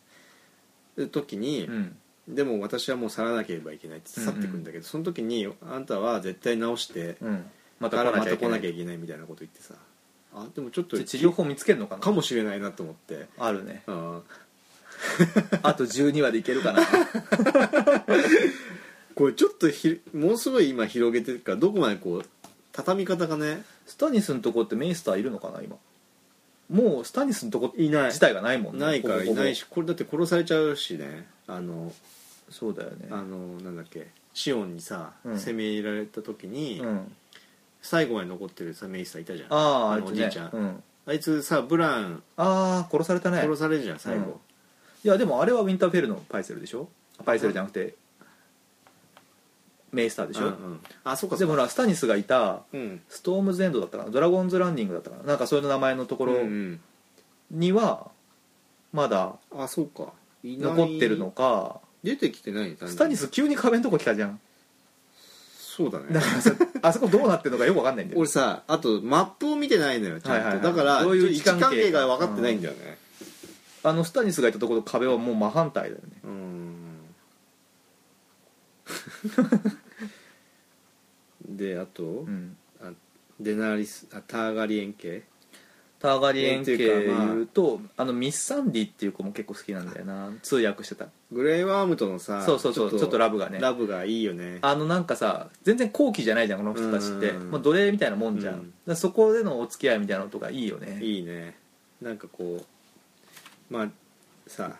Speaker 2: 時に、
Speaker 1: うん
Speaker 2: でも私はもう去らなければいけないって去ってくんだけど、その時にあんたは絶対治して、
Speaker 1: うんま
Speaker 2: ま
Speaker 1: た来
Speaker 2: た
Speaker 1: な
Speaker 2: ま
Speaker 1: きゃ
Speaker 2: た
Speaker 1: い
Speaker 2: 来
Speaker 1: けな
Speaker 2: ないきゃ
Speaker 1: じ
Speaker 2: いけないみたいなこと言ってさあでもちょっと
Speaker 1: ゃあ治療法見つけるのかな
Speaker 2: かもしれないなと思って
Speaker 1: あるね
Speaker 2: あー
Speaker 1: あと12話でいけるかな
Speaker 2: これちょっとひものすごい今広げてるからどこまでこう畳み方がね
Speaker 1: スタニスのとこってメイスターいるのかな今もうスタニスのとこ
Speaker 2: いない
Speaker 1: 自体がないもんね
Speaker 2: ないから
Speaker 1: ほぼ
Speaker 2: い
Speaker 1: ほぼ
Speaker 2: ないしこれだって殺されちゃうしねあの
Speaker 1: そうだよね
Speaker 2: あのなんだっけシオンにさ、
Speaker 1: うん
Speaker 2: 攻め入れられた時に、
Speaker 1: うん
Speaker 2: 最後まで残ってるさメイスターいたじゃん
Speaker 1: あああい
Speaker 2: の
Speaker 1: つ
Speaker 2: お
Speaker 1: ね
Speaker 2: じいちゃん、
Speaker 1: うん
Speaker 2: あいつさブラン
Speaker 1: ああ殺されたね
Speaker 2: 殺されるじゃん最後、
Speaker 1: うんいやでもあれはウィンターフェルのパイセルでしょあパイセルじゃなくてメイスターでし
Speaker 2: うん
Speaker 1: ょ、
Speaker 2: うんあそうか
Speaker 1: で
Speaker 2: そう
Speaker 1: もほ
Speaker 2: から
Speaker 1: スタニスがいた
Speaker 2: うん
Speaker 1: ストームズエンドだったかなドラゴンズランディングだったかななんかそういう名前のとこ
Speaker 2: こ
Speaker 1: ろ
Speaker 2: うん
Speaker 1: にはまだ
Speaker 2: うん、あそうかいない
Speaker 1: 残ってるのか
Speaker 2: 出てきてない
Speaker 1: スタニ
Speaker 2: ス
Speaker 1: ス急に壁のとこ来たじゃん
Speaker 2: そうだ
Speaker 1: だ
Speaker 2: ね
Speaker 1: からさあそこどうなってるのかよくわかんないんだよ
Speaker 2: 俺さあとマップを見てないのよちゃんと、
Speaker 1: はいはいはい
Speaker 2: だから
Speaker 1: どういう
Speaker 2: ちょ
Speaker 1: 位
Speaker 2: っと
Speaker 1: 置関係
Speaker 2: 位置関係が分かってないんだよね、
Speaker 1: あのスタニスがいたところと壁はもう真反対だよね
Speaker 2: うーん であと、
Speaker 1: うん
Speaker 2: あデナーリスあターガリエン系
Speaker 1: ターガリエン系
Speaker 2: っていうかまあ
Speaker 1: 言うとあのミス・サンディっていう子も結構好きなんだよな通訳してた
Speaker 2: グレイワームとのさ
Speaker 1: そうそうそうちょっとラブがね
Speaker 2: ラブがいいよね
Speaker 1: あのなんかさ全然後期じゃないじゃんこの人たちって
Speaker 2: うん
Speaker 1: もう奴隷みたいなもんじゃん、
Speaker 2: うん
Speaker 1: だからそこでのお付き合いみたいなのとかいいよね
Speaker 2: いいねなんかこうまあさ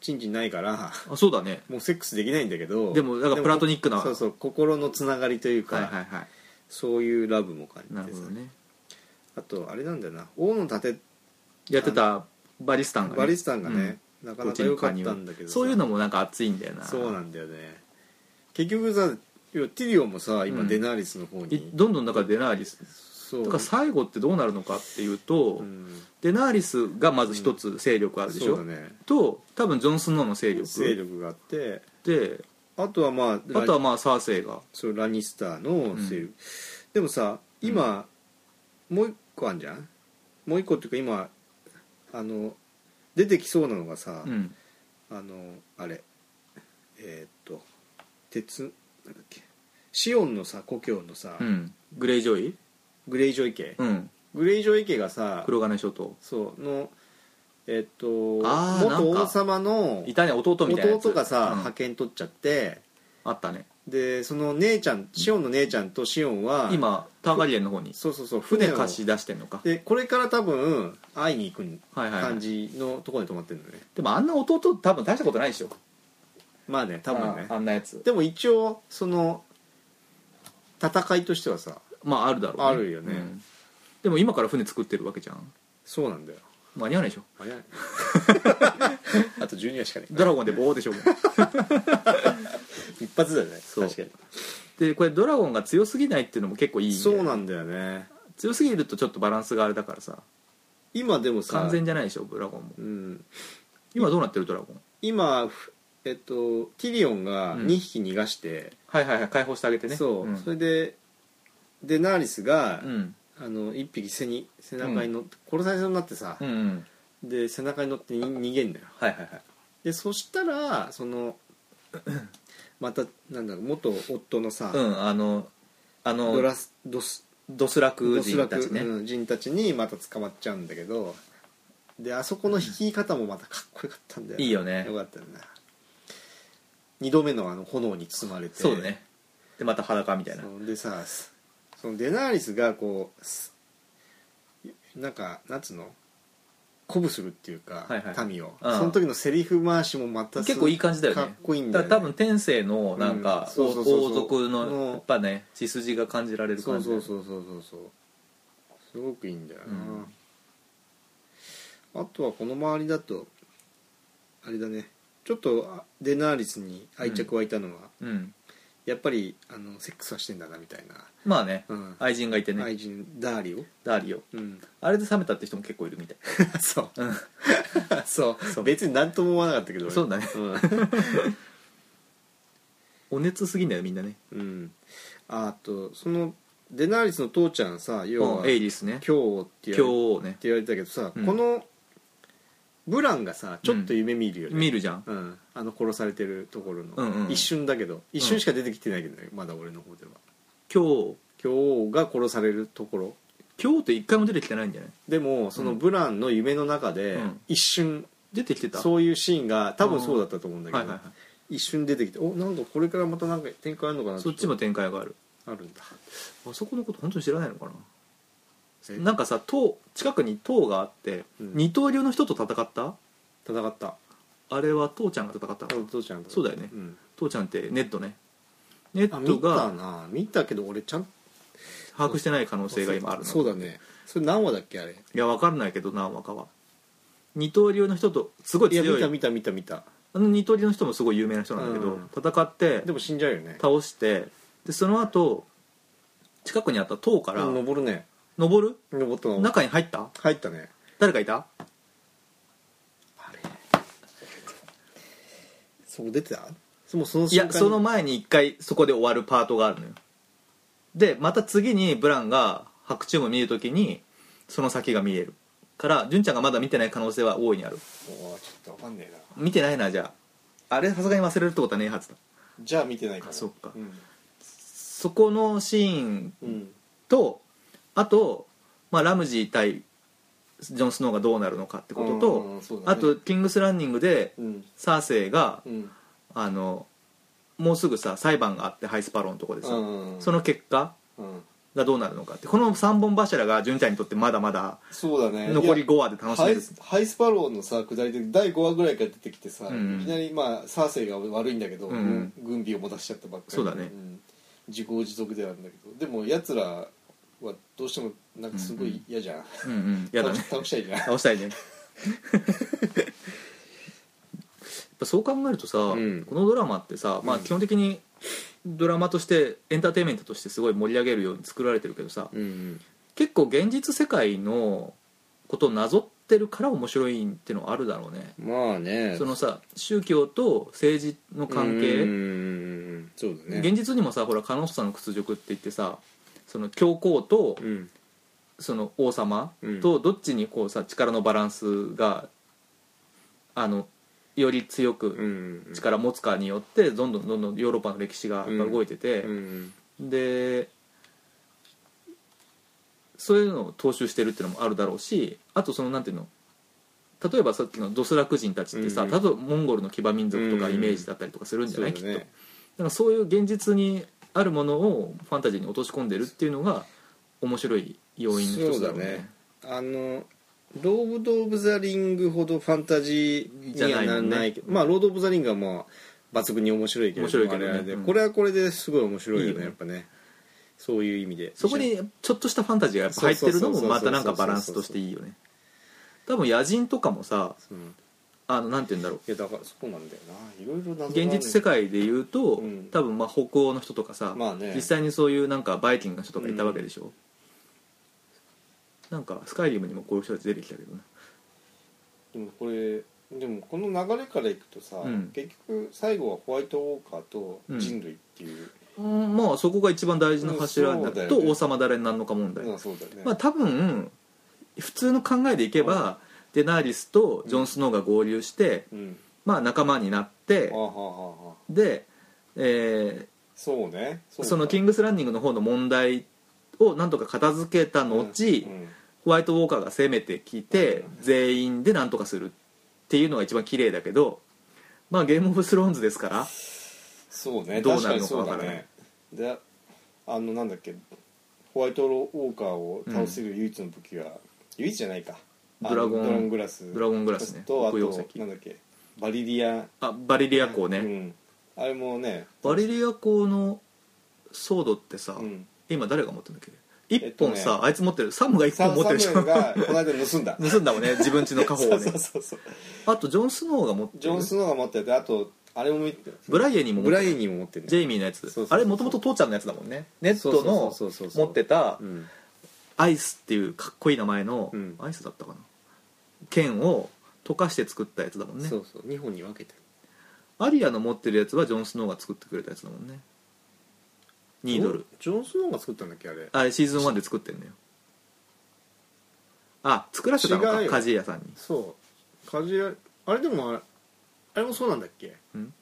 Speaker 2: チンチンないから
Speaker 1: あそうだね
Speaker 2: もうセックスできないんだけど
Speaker 1: でもなんかプラトニックな
Speaker 2: そうそう心のつながりというか、
Speaker 1: はいはいは
Speaker 2: そういうラブも感
Speaker 1: いなる
Speaker 2: じて
Speaker 1: ほ
Speaker 2: さ
Speaker 1: どね
Speaker 2: あとあれなんだよな王の盾
Speaker 1: やってたバリスタンが、ね、
Speaker 2: バリスタンがね、な
Speaker 1: う
Speaker 2: か
Speaker 1: ん、
Speaker 2: なか良かったんだけどさ
Speaker 1: そういうのもなんか熱いんだよな
Speaker 2: そうなんだよね結局さ要はティリオンもさ今
Speaker 1: うん
Speaker 2: デナーリスの方に、
Speaker 1: いどんどんだからデナーリス
Speaker 2: そう
Speaker 1: だから最後ってどうなるのかっていうと、
Speaker 2: うん
Speaker 1: デナーリスがまず一つ勢力あるでし
Speaker 2: そ
Speaker 1: ょ、
Speaker 2: うだね
Speaker 1: と多分ジョン・スノーの勢力
Speaker 2: 勢力があって
Speaker 1: で
Speaker 2: あとはまあ
Speaker 1: あとは
Speaker 2: ラ
Speaker 1: まあサーセイが
Speaker 2: そうラニスターの勢力、でもさ今、もう一個あんじゃんもう一個っていうか今あの出てきそうなのがさ、
Speaker 1: うん
Speaker 2: あのあれえーっと鉄なんだっけシオンのさ故郷のさ、
Speaker 1: うんグレイ・ジョイ
Speaker 2: グレイジョイ家、
Speaker 1: うん
Speaker 2: グレイジョイ家がさ
Speaker 1: 黒金諸島
Speaker 2: そうのえっと
Speaker 1: あー
Speaker 2: 元
Speaker 1: なんか
Speaker 2: 王様の
Speaker 1: いたね弟みたいなやつ
Speaker 2: 弟がさ、
Speaker 1: うん
Speaker 2: 派遣取っちゃって
Speaker 1: あったね
Speaker 2: でその姉ちゃんシオンの姉ちゃんとシオンは
Speaker 1: 今ターガリエンの方に
Speaker 2: そうそうそう船
Speaker 1: 船
Speaker 2: を
Speaker 1: 貸し出してんのか
Speaker 2: でこれから多分会いに行く
Speaker 1: はいはい、はい
Speaker 2: 感、じのところに泊まってるのね、
Speaker 1: でもあんな弟多分大したことないでしょ
Speaker 2: まあね多分ね
Speaker 1: ああんなやつ
Speaker 2: でも一応その戦いとしてはさ
Speaker 1: まああるだろう、
Speaker 2: あるよね
Speaker 1: んでも今から船作ってるわけじゃん
Speaker 2: そうなんだよ
Speaker 1: 間に合わないでしょ
Speaker 2: あれあと12話しかね
Speaker 1: ドラゴンで棒でし ょもう
Speaker 2: 一発だよね
Speaker 1: そう
Speaker 2: 確かに
Speaker 1: でこれドラゴンが強すぎないっていうのも結構いいんだよ
Speaker 2: そうなんだよね
Speaker 1: 強すぎるとちょっとバランスがあれだからさ
Speaker 2: 今でもさ
Speaker 1: 完全じゃないでしょドラゴンも
Speaker 2: うん、
Speaker 1: 今どうなってるドラゴン
Speaker 2: 今ふえっとティリオンが
Speaker 1: うん
Speaker 2: 2匹逃がして、
Speaker 1: はいはいはい解放してあげてね
Speaker 2: そう、
Speaker 1: ん
Speaker 2: それでデナーリスが、
Speaker 1: うん
Speaker 2: あの1匹背に背中に乗って、殺されそうになってさ
Speaker 1: う、んうん
Speaker 2: で背中に乗ってに逃げんだよ
Speaker 1: はいはいはい
Speaker 2: でそしたらそのまたなんだろう元夫のさ、
Speaker 1: うんあのあの
Speaker 2: ドラスドス
Speaker 1: ドスラク
Speaker 2: ドスラ
Speaker 1: 人
Speaker 2: ク
Speaker 1: たちね、
Speaker 2: うん人たちにまた捕まっちゃうんだけどであそこの引き方もまたかっこよかったんだよ
Speaker 1: いいよね
Speaker 2: よかったよね2度目のあの炎に包まれて
Speaker 1: そうだねでまた裸みたいな
Speaker 2: そうでさすそのデナーリスがこうすなんかなんつうの鼓舞するっていうか、
Speaker 1: はいはい
Speaker 2: 民を、
Speaker 1: うん
Speaker 2: その時のセリフ回しもまたす
Speaker 1: 結構いい感じだよね
Speaker 2: かっこいいんだ
Speaker 1: だ
Speaker 2: よ、
Speaker 1: か
Speaker 2: ね、
Speaker 1: ら多分天性のなんか
Speaker 2: うんそうそうそうそう
Speaker 1: 王族
Speaker 2: の
Speaker 1: のやっぱね血筋が感じられる
Speaker 2: そ
Speaker 1: 感
Speaker 2: う
Speaker 1: じ
Speaker 2: そうそうそうそうそうすごくいいんだよな、あとはこの周りだとあれだねちょっとあデナーリスに愛着湧いたのは、
Speaker 1: うん
Speaker 2: やっぱりあのセックスはしてんだなみたいな、
Speaker 1: まあね
Speaker 2: うん
Speaker 1: 愛人がいてね
Speaker 2: 愛人ダーリオ、
Speaker 1: ダーリオ
Speaker 2: うん、
Speaker 1: あれで冷めたって人も結構いるみたい
Speaker 2: そう
Speaker 1: うん
Speaker 2: そう
Speaker 1: そう
Speaker 2: 別に何とも思わなかったけど 俺
Speaker 1: そうだね
Speaker 2: うん、
Speaker 1: お熱すぎんだよみんなね
Speaker 2: うんあとそのデナーリスの父ちゃんさ要
Speaker 1: う
Speaker 2: は
Speaker 1: んエイリスね
Speaker 2: 京王って言われ
Speaker 1: 今日ね
Speaker 2: って言われてたけどさ、
Speaker 1: うん
Speaker 2: このブランがさちょっと夢見るよね、うん、
Speaker 1: 見るじゃん
Speaker 2: あの殺されてるところの、
Speaker 1: うんうん
Speaker 2: 一瞬だけど一瞬しか出てきてないけどね、まだ俺の方では
Speaker 1: 今日
Speaker 2: 今日が殺されるところ
Speaker 1: 今日って一回も出てきてないんじゃない
Speaker 2: でもそのブランの夢の中で、
Speaker 1: うん
Speaker 2: 一瞬
Speaker 1: 出てきてた
Speaker 2: そういうシーンが多分そうだったと思うんだけど、
Speaker 1: はいはいはい
Speaker 2: 一瞬出てきておなんかこれからまたなんか展開あるのかな
Speaker 1: そっちも展開がある
Speaker 2: あるんだ
Speaker 1: あそこのこと本当に知らないのかな
Speaker 2: え
Speaker 1: なんかさ塔近くに塔があって、
Speaker 2: うん
Speaker 1: 二刀流の人と戦った
Speaker 2: 戦った
Speaker 1: あれは父ちゃんが戦ったの
Speaker 2: お父ちゃんと
Speaker 1: そうだよね
Speaker 2: ん、
Speaker 1: 父ちゃんってネットねネ
Speaker 2: あ
Speaker 1: ッ
Speaker 2: 見
Speaker 1: ト
Speaker 2: た
Speaker 1: が
Speaker 2: な見たけど俺ちゃんと
Speaker 1: 把握してない可能性が今あるの
Speaker 2: そうだねそれ何話だっけあれ
Speaker 1: いや分かんないけど何話かは二刀流の人とすごい
Speaker 2: いや
Speaker 1: 強
Speaker 2: 見
Speaker 1: い
Speaker 2: た見た見た見た
Speaker 1: あの二刀流の人もすごい有名な人なんだけど、
Speaker 2: うん
Speaker 1: 戦って
Speaker 2: でも死んじゃうよね
Speaker 1: 倒してでその後近くにあった塔から
Speaker 2: うん登るね
Speaker 1: 登る
Speaker 2: 登ったの
Speaker 1: 中に入った
Speaker 2: 入ったね
Speaker 1: 誰かいた
Speaker 2: そこ出てたもうその
Speaker 1: い
Speaker 2: 瞬間
Speaker 1: や
Speaker 2: に
Speaker 1: その前に一回そこで終わるパートがあるのよでまた次にブランが白昼夢見るときにその先が見えるから純ちゃんがまだ見てない可能性は大いにある
Speaker 2: おーちょっとわかんねえな
Speaker 1: 見てないなじゃああれさすがに忘れるってことはねえはずだ
Speaker 2: じゃあ見てないから
Speaker 1: あそっか
Speaker 2: うん、
Speaker 1: そこのシーン
Speaker 2: うん、
Speaker 1: とあと、まあ、ラムジー対ジョン・スノーがどうなるのかってことと、
Speaker 2: うんそうだね
Speaker 1: あとキングス・ランニングで
Speaker 2: うん
Speaker 1: サーセイが
Speaker 2: うん
Speaker 1: あのもうすぐさ裁判があってハイスパロンのとこでさ、
Speaker 2: うん
Speaker 1: その結果
Speaker 2: うん
Speaker 1: がどうなるのかってこの3本柱が純ちゃんにとってまだまだ
Speaker 2: そうだね
Speaker 1: 残り
Speaker 2: いや
Speaker 1: 5話で楽し
Speaker 2: ハ
Speaker 1: め
Speaker 2: イ
Speaker 1: る
Speaker 2: スハイスパローのさ下りで第5話ぐらいから出てきてさ、
Speaker 1: うん
Speaker 2: いきなりまあサーセイが悪いんだけど、
Speaker 1: うんうん
Speaker 2: 軍備を持たしちゃったばっかり
Speaker 1: そうだね
Speaker 2: ん自業自得ではあるんだけどでもやつらはどうしてもなんかすごい嫌じゃん、
Speaker 1: うんうんやだね
Speaker 2: 倒し倒したいじゃ ん
Speaker 1: 倒したいねやっぱそう考えるとさ、
Speaker 2: ん
Speaker 1: このドラマってさ、まあ、
Speaker 2: うん
Speaker 1: 基本的にドラマとしてエンターテインメントとしてすごい盛り上げるように作られてるけどさ、
Speaker 2: うん
Speaker 1: 結構現実世界のことをなぞってるから面白いってのはあるだろうね、
Speaker 2: まあね
Speaker 1: そのさ宗教と政治の関係、
Speaker 2: 係そうだ
Speaker 1: 現実にもさほらカノッサの屈辱って言ってさその教皇と
Speaker 2: うん
Speaker 1: その王様とどっちにこうさ力のバランスがあのより強く
Speaker 2: ん
Speaker 1: 力持つかによってどんどんどんどんヨーロッパの歴史がやっぱ動いてて、
Speaker 2: ん
Speaker 1: でそういうのを踏襲してるっていうのもあるだろうしあとそのなんていうの例えばさっきのドスラク人たちってさ、
Speaker 2: うん
Speaker 1: 例えばモンゴルの騎馬民族とか
Speaker 2: うん
Speaker 1: イメージだったりとかするんじゃない、きっとだ
Speaker 2: ね
Speaker 1: からそういう現実にあるものをファンタジーに落とし込んでるっていうのが面白い要因の一つだろうね
Speaker 2: そうだねあの「ローブ・ド・オブ・ザ・リング」ほどファンタジーにはなら
Speaker 1: じゃ
Speaker 2: な
Speaker 1: ないい
Speaker 2: け
Speaker 1: け
Speaker 2: ど
Speaker 1: ど
Speaker 2: まあ「ロード・オブ・ザ・リング」はまあ抜群に面白いけれども
Speaker 1: 面白いけどね
Speaker 2: あれあれで
Speaker 1: うん
Speaker 2: これはこれですごい面白いよ
Speaker 1: い
Speaker 2: ね
Speaker 1: いよね
Speaker 2: やっぱねそういう意味で
Speaker 1: そこにちょっとしたファンタジーがやっぱ入ってるのもまたなんかバランスとしていいよね多分野人とかもさ
Speaker 2: うん
Speaker 1: あのなんて言うんだろう
Speaker 2: いやだからそうなんだよないろいろ謎がある
Speaker 1: 現実世界で言うと、
Speaker 2: うん
Speaker 1: 多分まあ北欧の人とかさ、
Speaker 2: まあね
Speaker 1: 実際にそういうなんかバイキングの人とかいたわけでしょ、なんかスカイリムにもこういう人たち出てきたけどな
Speaker 2: でもこれでもこの流れからいくとさ、
Speaker 1: うん
Speaker 2: 結局最後はホワイトウォーカーと人類っていう
Speaker 1: うんまあそこが一番大事な柱にな
Speaker 2: うん
Speaker 1: る
Speaker 2: そうだ
Speaker 1: と、
Speaker 2: よね
Speaker 1: 王様誰になんのか問題、
Speaker 2: のはそうだよね、
Speaker 1: まあ多分普通の考えでいけば、デナーリスとジョン・スノーが合流して、
Speaker 2: うん
Speaker 1: まあ仲間になって
Speaker 2: あはあはあはあ
Speaker 1: で、え
Speaker 2: そうね
Speaker 1: ー
Speaker 2: うか
Speaker 1: そのキングス・ランニングの方の問題をなんとか片付けた後、
Speaker 2: うん
Speaker 1: ホワイトウォーカーが攻めてきて全員で何とかするっていうのが一番綺麗だけどまあゲームオブスローンズですから
Speaker 2: そうね
Speaker 1: どう
Speaker 2: 確
Speaker 1: な
Speaker 2: かに
Speaker 1: るのか
Speaker 2: そう
Speaker 1: わ
Speaker 2: だ
Speaker 1: からない
Speaker 2: ねであのなんだっけホワイトウォーカーを倒せる唯一の武器は、唯一じゃないかあの
Speaker 1: ドラゴン
Speaker 2: ドラゴングラス
Speaker 1: ドラゴングラスね
Speaker 2: とあ
Speaker 1: 黒曜
Speaker 2: と
Speaker 1: 石
Speaker 2: なんだっけバリリア
Speaker 1: あバリリア港
Speaker 2: う
Speaker 1: ね、
Speaker 2: ん、あれもね
Speaker 1: バリリア港のソードってさ、
Speaker 2: うん
Speaker 1: 今誰が持ってるんだっけ一
Speaker 2: えっとね
Speaker 1: 本さ、あいつ持ってるサムが一
Speaker 2: サ
Speaker 1: 本
Speaker 2: ム
Speaker 1: 持っ
Speaker 2: サ
Speaker 1: て
Speaker 2: ム
Speaker 1: るでし
Speaker 2: エ
Speaker 1: ょ
Speaker 2: ルがこの間盗ん だ
Speaker 1: 盗んだもん ね自分家の家宝を
Speaker 2: そ
Speaker 1: ね
Speaker 2: うそうそうそう
Speaker 1: あとジョン・スノーが持ってる
Speaker 2: ジョン・スノーが持っててあとあれも見て
Speaker 1: ブライエニーも持
Speaker 2: ブ
Speaker 1: って
Speaker 2: ラ
Speaker 1: る
Speaker 2: イにも持ってる
Speaker 1: ジェイミーのやつ
Speaker 2: うそうそう
Speaker 1: あれもともと父ちゃんのやつだもんねネットの
Speaker 2: そうそうそうそうそう
Speaker 1: 持ってた
Speaker 2: うん
Speaker 1: アイスっていうかっこいい名前の、
Speaker 2: うん
Speaker 1: アイスだったかな剣を溶かして作ったやつだもんね
Speaker 2: そうそう2本に分けて
Speaker 1: アリアの持ってるやつはジョン・スノーが作ってくれたやつだもんねニードル
Speaker 2: ジョン・スノーが作ったんだっけあれ
Speaker 1: あれシーズン1で作ってんのよあ作らせたの
Speaker 2: 違う
Speaker 1: か
Speaker 2: よ
Speaker 1: 鍛冶屋さんに
Speaker 2: そうカジュアあれでもあれあれもそうなんだっけ
Speaker 1: うん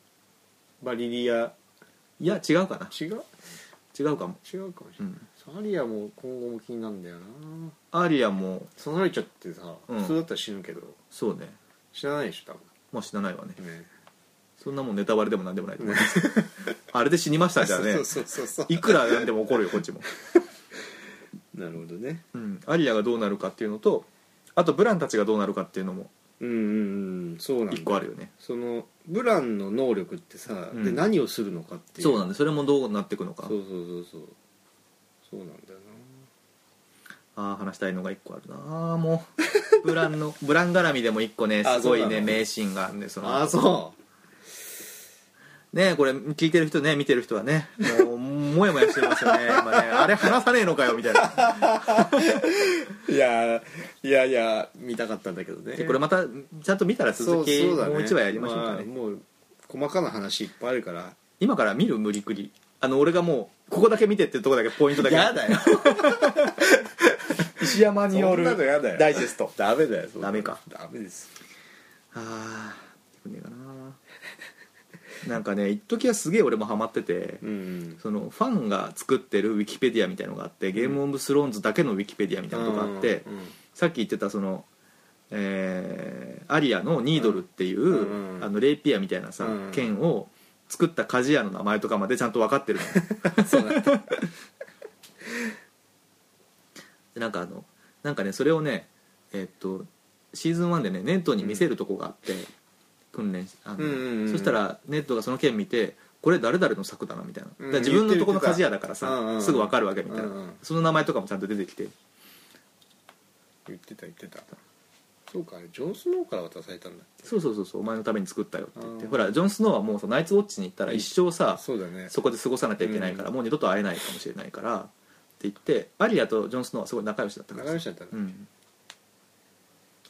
Speaker 2: バリリア
Speaker 1: いや違うかな
Speaker 2: 違う
Speaker 1: 違うかも、
Speaker 2: 違うかもし
Speaker 1: う
Speaker 2: れない、
Speaker 1: ん、
Speaker 2: サリアも今後も気になるんだよな
Speaker 1: アリアも
Speaker 2: 刺されちゃってさ、
Speaker 1: うん
Speaker 2: 普通だったら死ぬけど
Speaker 1: そうね
Speaker 2: 知らないでしょ多
Speaker 1: まあ死なないわね
Speaker 2: 分ね
Speaker 1: そんなもんネタバレでも何でもないと思います あれで死にましたじゃあね
Speaker 2: そうそうそうそう
Speaker 1: いくらなんでも怒るよこっちも
Speaker 2: なるほどね
Speaker 1: うん、アリアがどうなるかっていうのとあとブランたちがどうなるかっていうのも
Speaker 2: うんうんうんそうなんだ
Speaker 1: 一個あるよね
Speaker 2: そのブランの能力ってさ、
Speaker 1: うん
Speaker 2: で何をするのかっていう
Speaker 1: そうなん
Speaker 2: だ
Speaker 1: でそれもどうなっていくのか
Speaker 2: そうそうそうそうそうなんだよ
Speaker 1: ああ話したいのが一個あるなあも うブランのブラン絡みでも一個ね
Speaker 2: あ
Speaker 1: すごい
Speaker 2: そうな
Speaker 1: ね
Speaker 2: の
Speaker 1: 名シーンがあるんでそ
Speaker 2: な
Speaker 1: の
Speaker 2: あそ
Speaker 1: ねこれ聞いてる人ね見てる人はねもうもやもやしてますよね今ねあれ話さねえのかよみたい な
Speaker 2: ういやいやいや見たかったんだけどね
Speaker 1: でこれまたちゃんと見たら続き
Speaker 2: そうそうだね
Speaker 1: もう一話やりましょうかね
Speaker 2: まあもう細かな話いっぱいあるから
Speaker 1: 今から見る無理く りあの俺がもうここだけ見てっていうとこだけポイントだけ
Speaker 2: やだよ
Speaker 1: 石山による
Speaker 2: そんなのやだよ
Speaker 1: ダイジェスト
Speaker 2: ダメだよそんな
Speaker 1: ダメか
Speaker 2: ダメです
Speaker 1: あーよくねえかななんかね一時はすげえ俺もハマってて、
Speaker 2: うん
Speaker 1: そのファンが作ってるウィキペディアみたいのがあって、ゲームオブスローンズだけのウィキペディアみたいなのがあって、
Speaker 2: うん
Speaker 1: さっき言ってたその、えーアリアのニードルっていう、
Speaker 2: うんうん
Speaker 1: あのレイピアみたいなさ、
Speaker 2: うん
Speaker 1: 剣を作った鍛冶屋の名前とかまでちゃんと分かってるの
Speaker 2: うん そうだった
Speaker 1: でなんかあのなんかねそれをねえーっとシーズン1でねネットに見せるとこがあって、訓練しあの、
Speaker 2: うんうんうん
Speaker 1: そしたらネットがその件見てこれ誰々の作だなみたいな、
Speaker 2: うん
Speaker 1: だから自分のとこの鍛冶屋だからさ、
Speaker 2: 言ってる言ってた
Speaker 1: すぐ分かるわけみたいな、
Speaker 2: うんうん
Speaker 1: その名前とかもちゃんと出てきて
Speaker 2: 言ってた言ってたそうかあれジョン・スノーから渡されたんだ
Speaker 1: そうそうそうそうお前のために作ったよって言って
Speaker 2: あー
Speaker 1: ほらジョン・スノーはもうそのナイツウォッチに行ったら一生さ、
Speaker 2: そうだね
Speaker 1: そこで過ごさなきゃいけないから、
Speaker 2: うん
Speaker 1: もう二度と会えないかもしれないからって言ってアリアとジョン・スノーはすごい仲良しだったから
Speaker 2: 仲良しだった
Speaker 1: う
Speaker 2: ね
Speaker 1: ん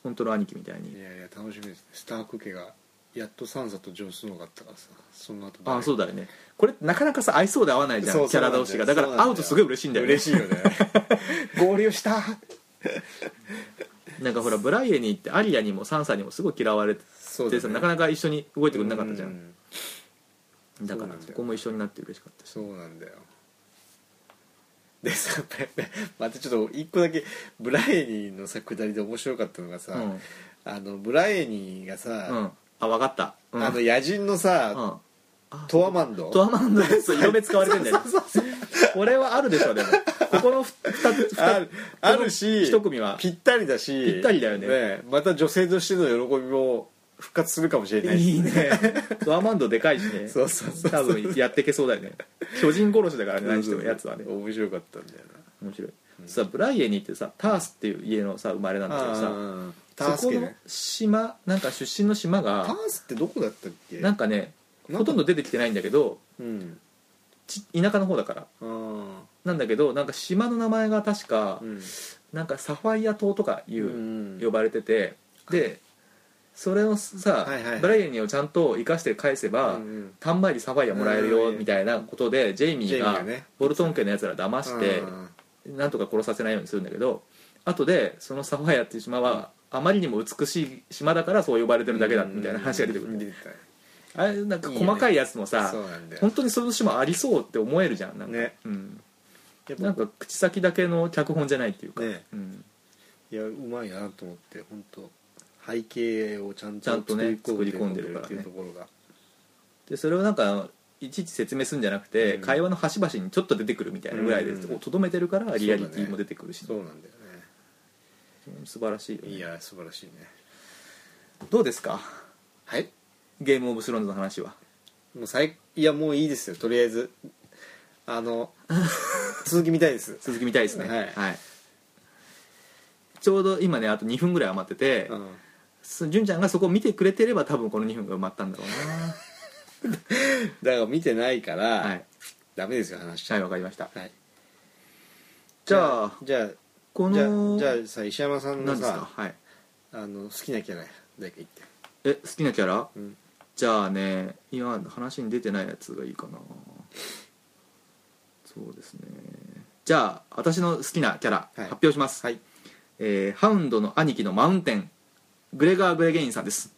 Speaker 1: 本当の兄貴みたいに
Speaker 2: いやいや楽しみですねスターク家がやっとサンサとジョン・スノーがあったからさその後
Speaker 1: ああそう
Speaker 2: だ
Speaker 1: だよねこれなかなかさ合いそうで合わないじゃん
Speaker 2: そう
Speaker 1: キャラ同士がだ
Speaker 2: そう
Speaker 1: か
Speaker 2: なんだよ
Speaker 1: ら会うとすごい嬉しいんだよね
Speaker 2: 嬉しいよ ね合流した
Speaker 1: なんかほらブライエに行ってアリアにもサンサにもすごい嫌われて
Speaker 2: そう
Speaker 1: さ、なかなか一緒に動いてくれなかったじゃ
Speaker 2: うんん
Speaker 1: だか
Speaker 2: そ
Speaker 1: ら
Speaker 2: うなんだよ
Speaker 1: そこも一緒になって嬉しかったし
Speaker 2: そうなんだよでさ またちょっと一個だけブラエニーのさ下りで面白かったのがさ、
Speaker 1: うん、うん、
Speaker 2: あのブラエニーがさ、
Speaker 1: あ分かったうん
Speaker 2: あの野人のさ、
Speaker 1: うんあ
Speaker 2: トアマンド
Speaker 1: トアマンドで色目使われてんだよねこれはあるでしょでもここの2つ
Speaker 2: あるあるし
Speaker 1: 一組は
Speaker 2: ぴったりだし
Speaker 1: ぴったりだよね
Speaker 2: また女性としての喜びも復活するかもしれないし
Speaker 1: いいねトアマンドでかいしね
Speaker 2: そうそうそう
Speaker 1: 多分やっていけそうだよね巨人殺しだからね何してもやつはね
Speaker 2: 面白かったんだよ
Speaker 1: 面白い、さブライエに行ってさタースっていう家のさ生まれなんだけどさ
Speaker 2: なター
Speaker 1: そ
Speaker 2: ス
Speaker 1: こ
Speaker 2: ケ
Speaker 1: の
Speaker 2: ね
Speaker 1: 島なんか出身の島
Speaker 2: タ
Speaker 1: が
Speaker 2: ースってどこだったっけ
Speaker 1: なんかね
Speaker 2: な
Speaker 1: ほ
Speaker 2: んか
Speaker 1: とんど出てきてないんだけど
Speaker 2: うん
Speaker 1: ち田舎の方だから
Speaker 2: あー
Speaker 1: なんだけどなんか島の名前が確か、
Speaker 2: うん
Speaker 1: なんかサファイア島とかいう、
Speaker 2: うん
Speaker 1: 呼ばれててでそれをさ、
Speaker 2: はいはい
Speaker 1: ブライエニーをちゃんと生かして返せば、
Speaker 2: うんうん
Speaker 1: たんまりサファイアもらえる
Speaker 2: う
Speaker 1: よ
Speaker 2: ん
Speaker 1: みたいなことでジェイミ
Speaker 2: ジェ
Speaker 1: ー
Speaker 2: イミー
Speaker 1: が
Speaker 2: がね
Speaker 1: ボルトン家のやつら騙して
Speaker 2: うん
Speaker 1: なんとか殺させないようにするんだけど後でそのサファイアっていう島はあまりにも美しい島だからそう呼ばれてるだけだみたいな話が出てく
Speaker 2: うん
Speaker 1: る
Speaker 2: 出てた
Speaker 1: あれなんか細かいやつもさ
Speaker 2: そうなんだよ
Speaker 1: 本当にその島ありそうって思えるじゃんなんか,、
Speaker 2: ね
Speaker 1: うん、
Speaker 2: やっぱ
Speaker 1: なんか口先だけの脚本じゃないっていうか、
Speaker 2: ね
Speaker 1: うん、
Speaker 2: いやうまいなと思って本当背景をちゃん
Speaker 1: ち
Speaker 2: と
Speaker 1: ゃんとね
Speaker 2: っ
Speaker 1: 作
Speaker 2: て
Speaker 1: り込んでるからね
Speaker 2: いうところが
Speaker 1: でそれをなんかいちいち説明するんじゃなくて、
Speaker 2: うん
Speaker 1: 会話の端々にちょっと出てくるみたいなぐらいで
Speaker 2: うん
Speaker 1: とどめてるからリアリティも出てくるし、
Speaker 2: そうなんだよ
Speaker 1: 素晴らしいよ
Speaker 2: ね
Speaker 1: ね
Speaker 2: いや素晴らしいね
Speaker 1: どうですか
Speaker 2: はい
Speaker 1: ゲームオブスローンズの話は
Speaker 2: もう最いやもういいですよとりあえず あの続き見たいです
Speaker 1: 続き見たいですね
Speaker 2: はい
Speaker 1: ちょうど今ねあと2分ぐらい余ってて、
Speaker 2: うん
Speaker 1: す純ちゃんがそこを見てくれてれば多分この2分が埋まったんだろう
Speaker 2: だから見てないから、
Speaker 1: なはい
Speaker 2: ダメですよ話しち
Speaker 1: は
Speaker 2: ゃ
Speaker 1: いわかりました
Speaker 2: うはい
Speaker 1: じゃあ
Speaker 2: じゃあ
Speaker 1: こ
Speaker 2: じゃあ
Speaker 1: の
Speaker 2: じゃあさ石山さんの
Speaker 1: 何ですか
Speaker 2: さ
Speaker 1: はい
Speaker 2: あの好きなキャラだけ言って
Speaker 1: え好きなキャラ、
Speaker 2: うん
Speaker 1: じゃあね今話に出てないやつがいいかなそうですねじゃあ私の好きなキャラ、
Speaker 2: はい
Speaker 1: 発表します、
Speaker 2: はい
Speaker 1: えーハウンドの兄貴のマウンテングレガー・グレゲインさんです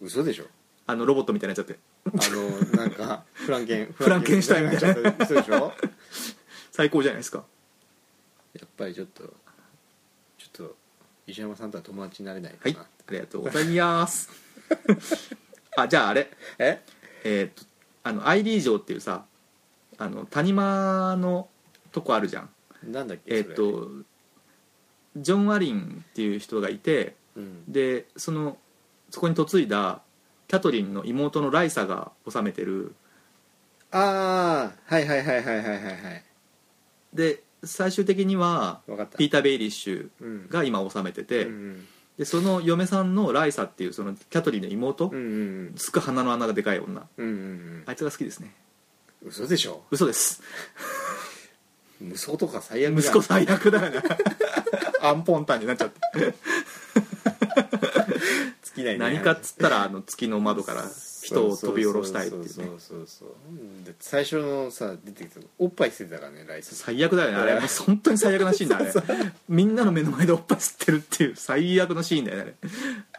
Speaker 2: 嘘でしょ
Speaker 1: あのロボットみたいになやつやって
Speaker 2: あのなん かフランケン
Speaker 1: フランケンシュタインみたいな
Speaker 2: フランケンシュタインみたいな嘘でしょ
Speaker 1: 最高じゃないですか
Speaker 2: やっぱりちょっとちょっと石山さんとは友達になれない
Speaker 1: は
Speaker 2: か
Speaker 1: い
Speaker 2: な、
Speaker 1: ありがとうございます あじゃああれ
Speaker 2: え
Speaker 1: えーっとあのアイリー城っていうさあの谷間のとこあるじゃん
Speaker 2: なんだっけ
Speaker 1: えーっ、とジョン・アリンっていう人がいて
Speaker 2: それうん、
Speaker 1: でそのそこに嫁いだキャトリンの妹のライサが治めてる
Speaker 2: ああはいはいはいはいはいはいはい
Speaker 1: で最終的には
Speaker 2: 分かった
Speaker 1: ピーター・ベイリッシュ
Speaker 2: うん
Speaker 1: が今治めてて、
Speaker 2: うんうん
Speaker 1: でその嫁さんのライサっていうそのキャトリンの妹、
Speaker 2: うんうん
Speaker 1: つく鼻の穴がでかい女
Speaker 2: うんうん
Speaker 1: あいつが好きですね
Speaker 2: うん嘘でしょ
Speaker 1: 嘘です
Speaker 2: 無双とか最悪だ
Speaker 1: 息子最 悪だよなアンポンタンになっちゃって
Speaker 2: 付きないね
Speaker 1: 何かっつったらあの月の窓から人を飛び下ろしたいっていうね
Speaker 2: そうそうそうそうそうで最初のさ出てきたおっぱい捨ててたからねライス
Speaker 1: 最悪だよねあれもう本当に最悪なシーンだあ れみんなの目の前でおっぱい吸ってるっていう最悪のシーンだよね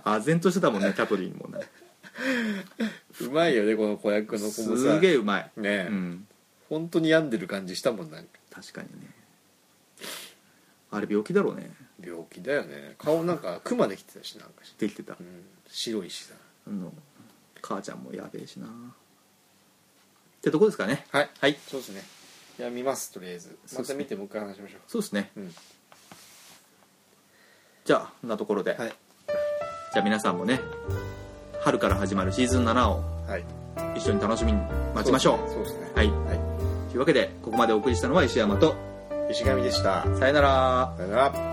Speaker 1: あれ唖然としてた もんねキャトリンもね
Speaker 2: うまいよねこの子役の子もさ
Speaker 1: すげえうまい、
Speaker 2: ね、
Speaker 1: うん、
Speaker 2: 本当に病んでる感じしたもんなんか
Speaker 1: 確かにねあれ病気だろうね
Speaker 2: 病気だよね顔なんかクマできてたしなんかし、
Speaker 1: できてた
Speaker 2: うん、白いしさ
Speaker 1: あの母ちゃんもやべえしなってとこですかね
Speaker 2: はい
Speaker 1: はい
Speaker 2: そうですねいや見ますとりあえず
Speaker 1: そう
Speaker 2: ま
Speaker 1: っす
Speaker 2: た
Speaker 1: ね
Speaker 2: 見てもう一回話しましょ
Speaker 1: そうですね
Speaker 2: ううん
Speaker 1: じゃあこんなところで、
Speaker 2: はい
Speaker 1: じゃあ皆さんもね春から始まるシーズン7を
Speaker 2: はい
Speaker 1: 一緒に楽しみに待ちましょう
Speaker 2: そうですねそうですね
Speaker 1: はいというわけでここまでお送りしたのは石山と
Speaker 2: はい石上でした
Speaker 1: さよなら
Speaker 2: さよなら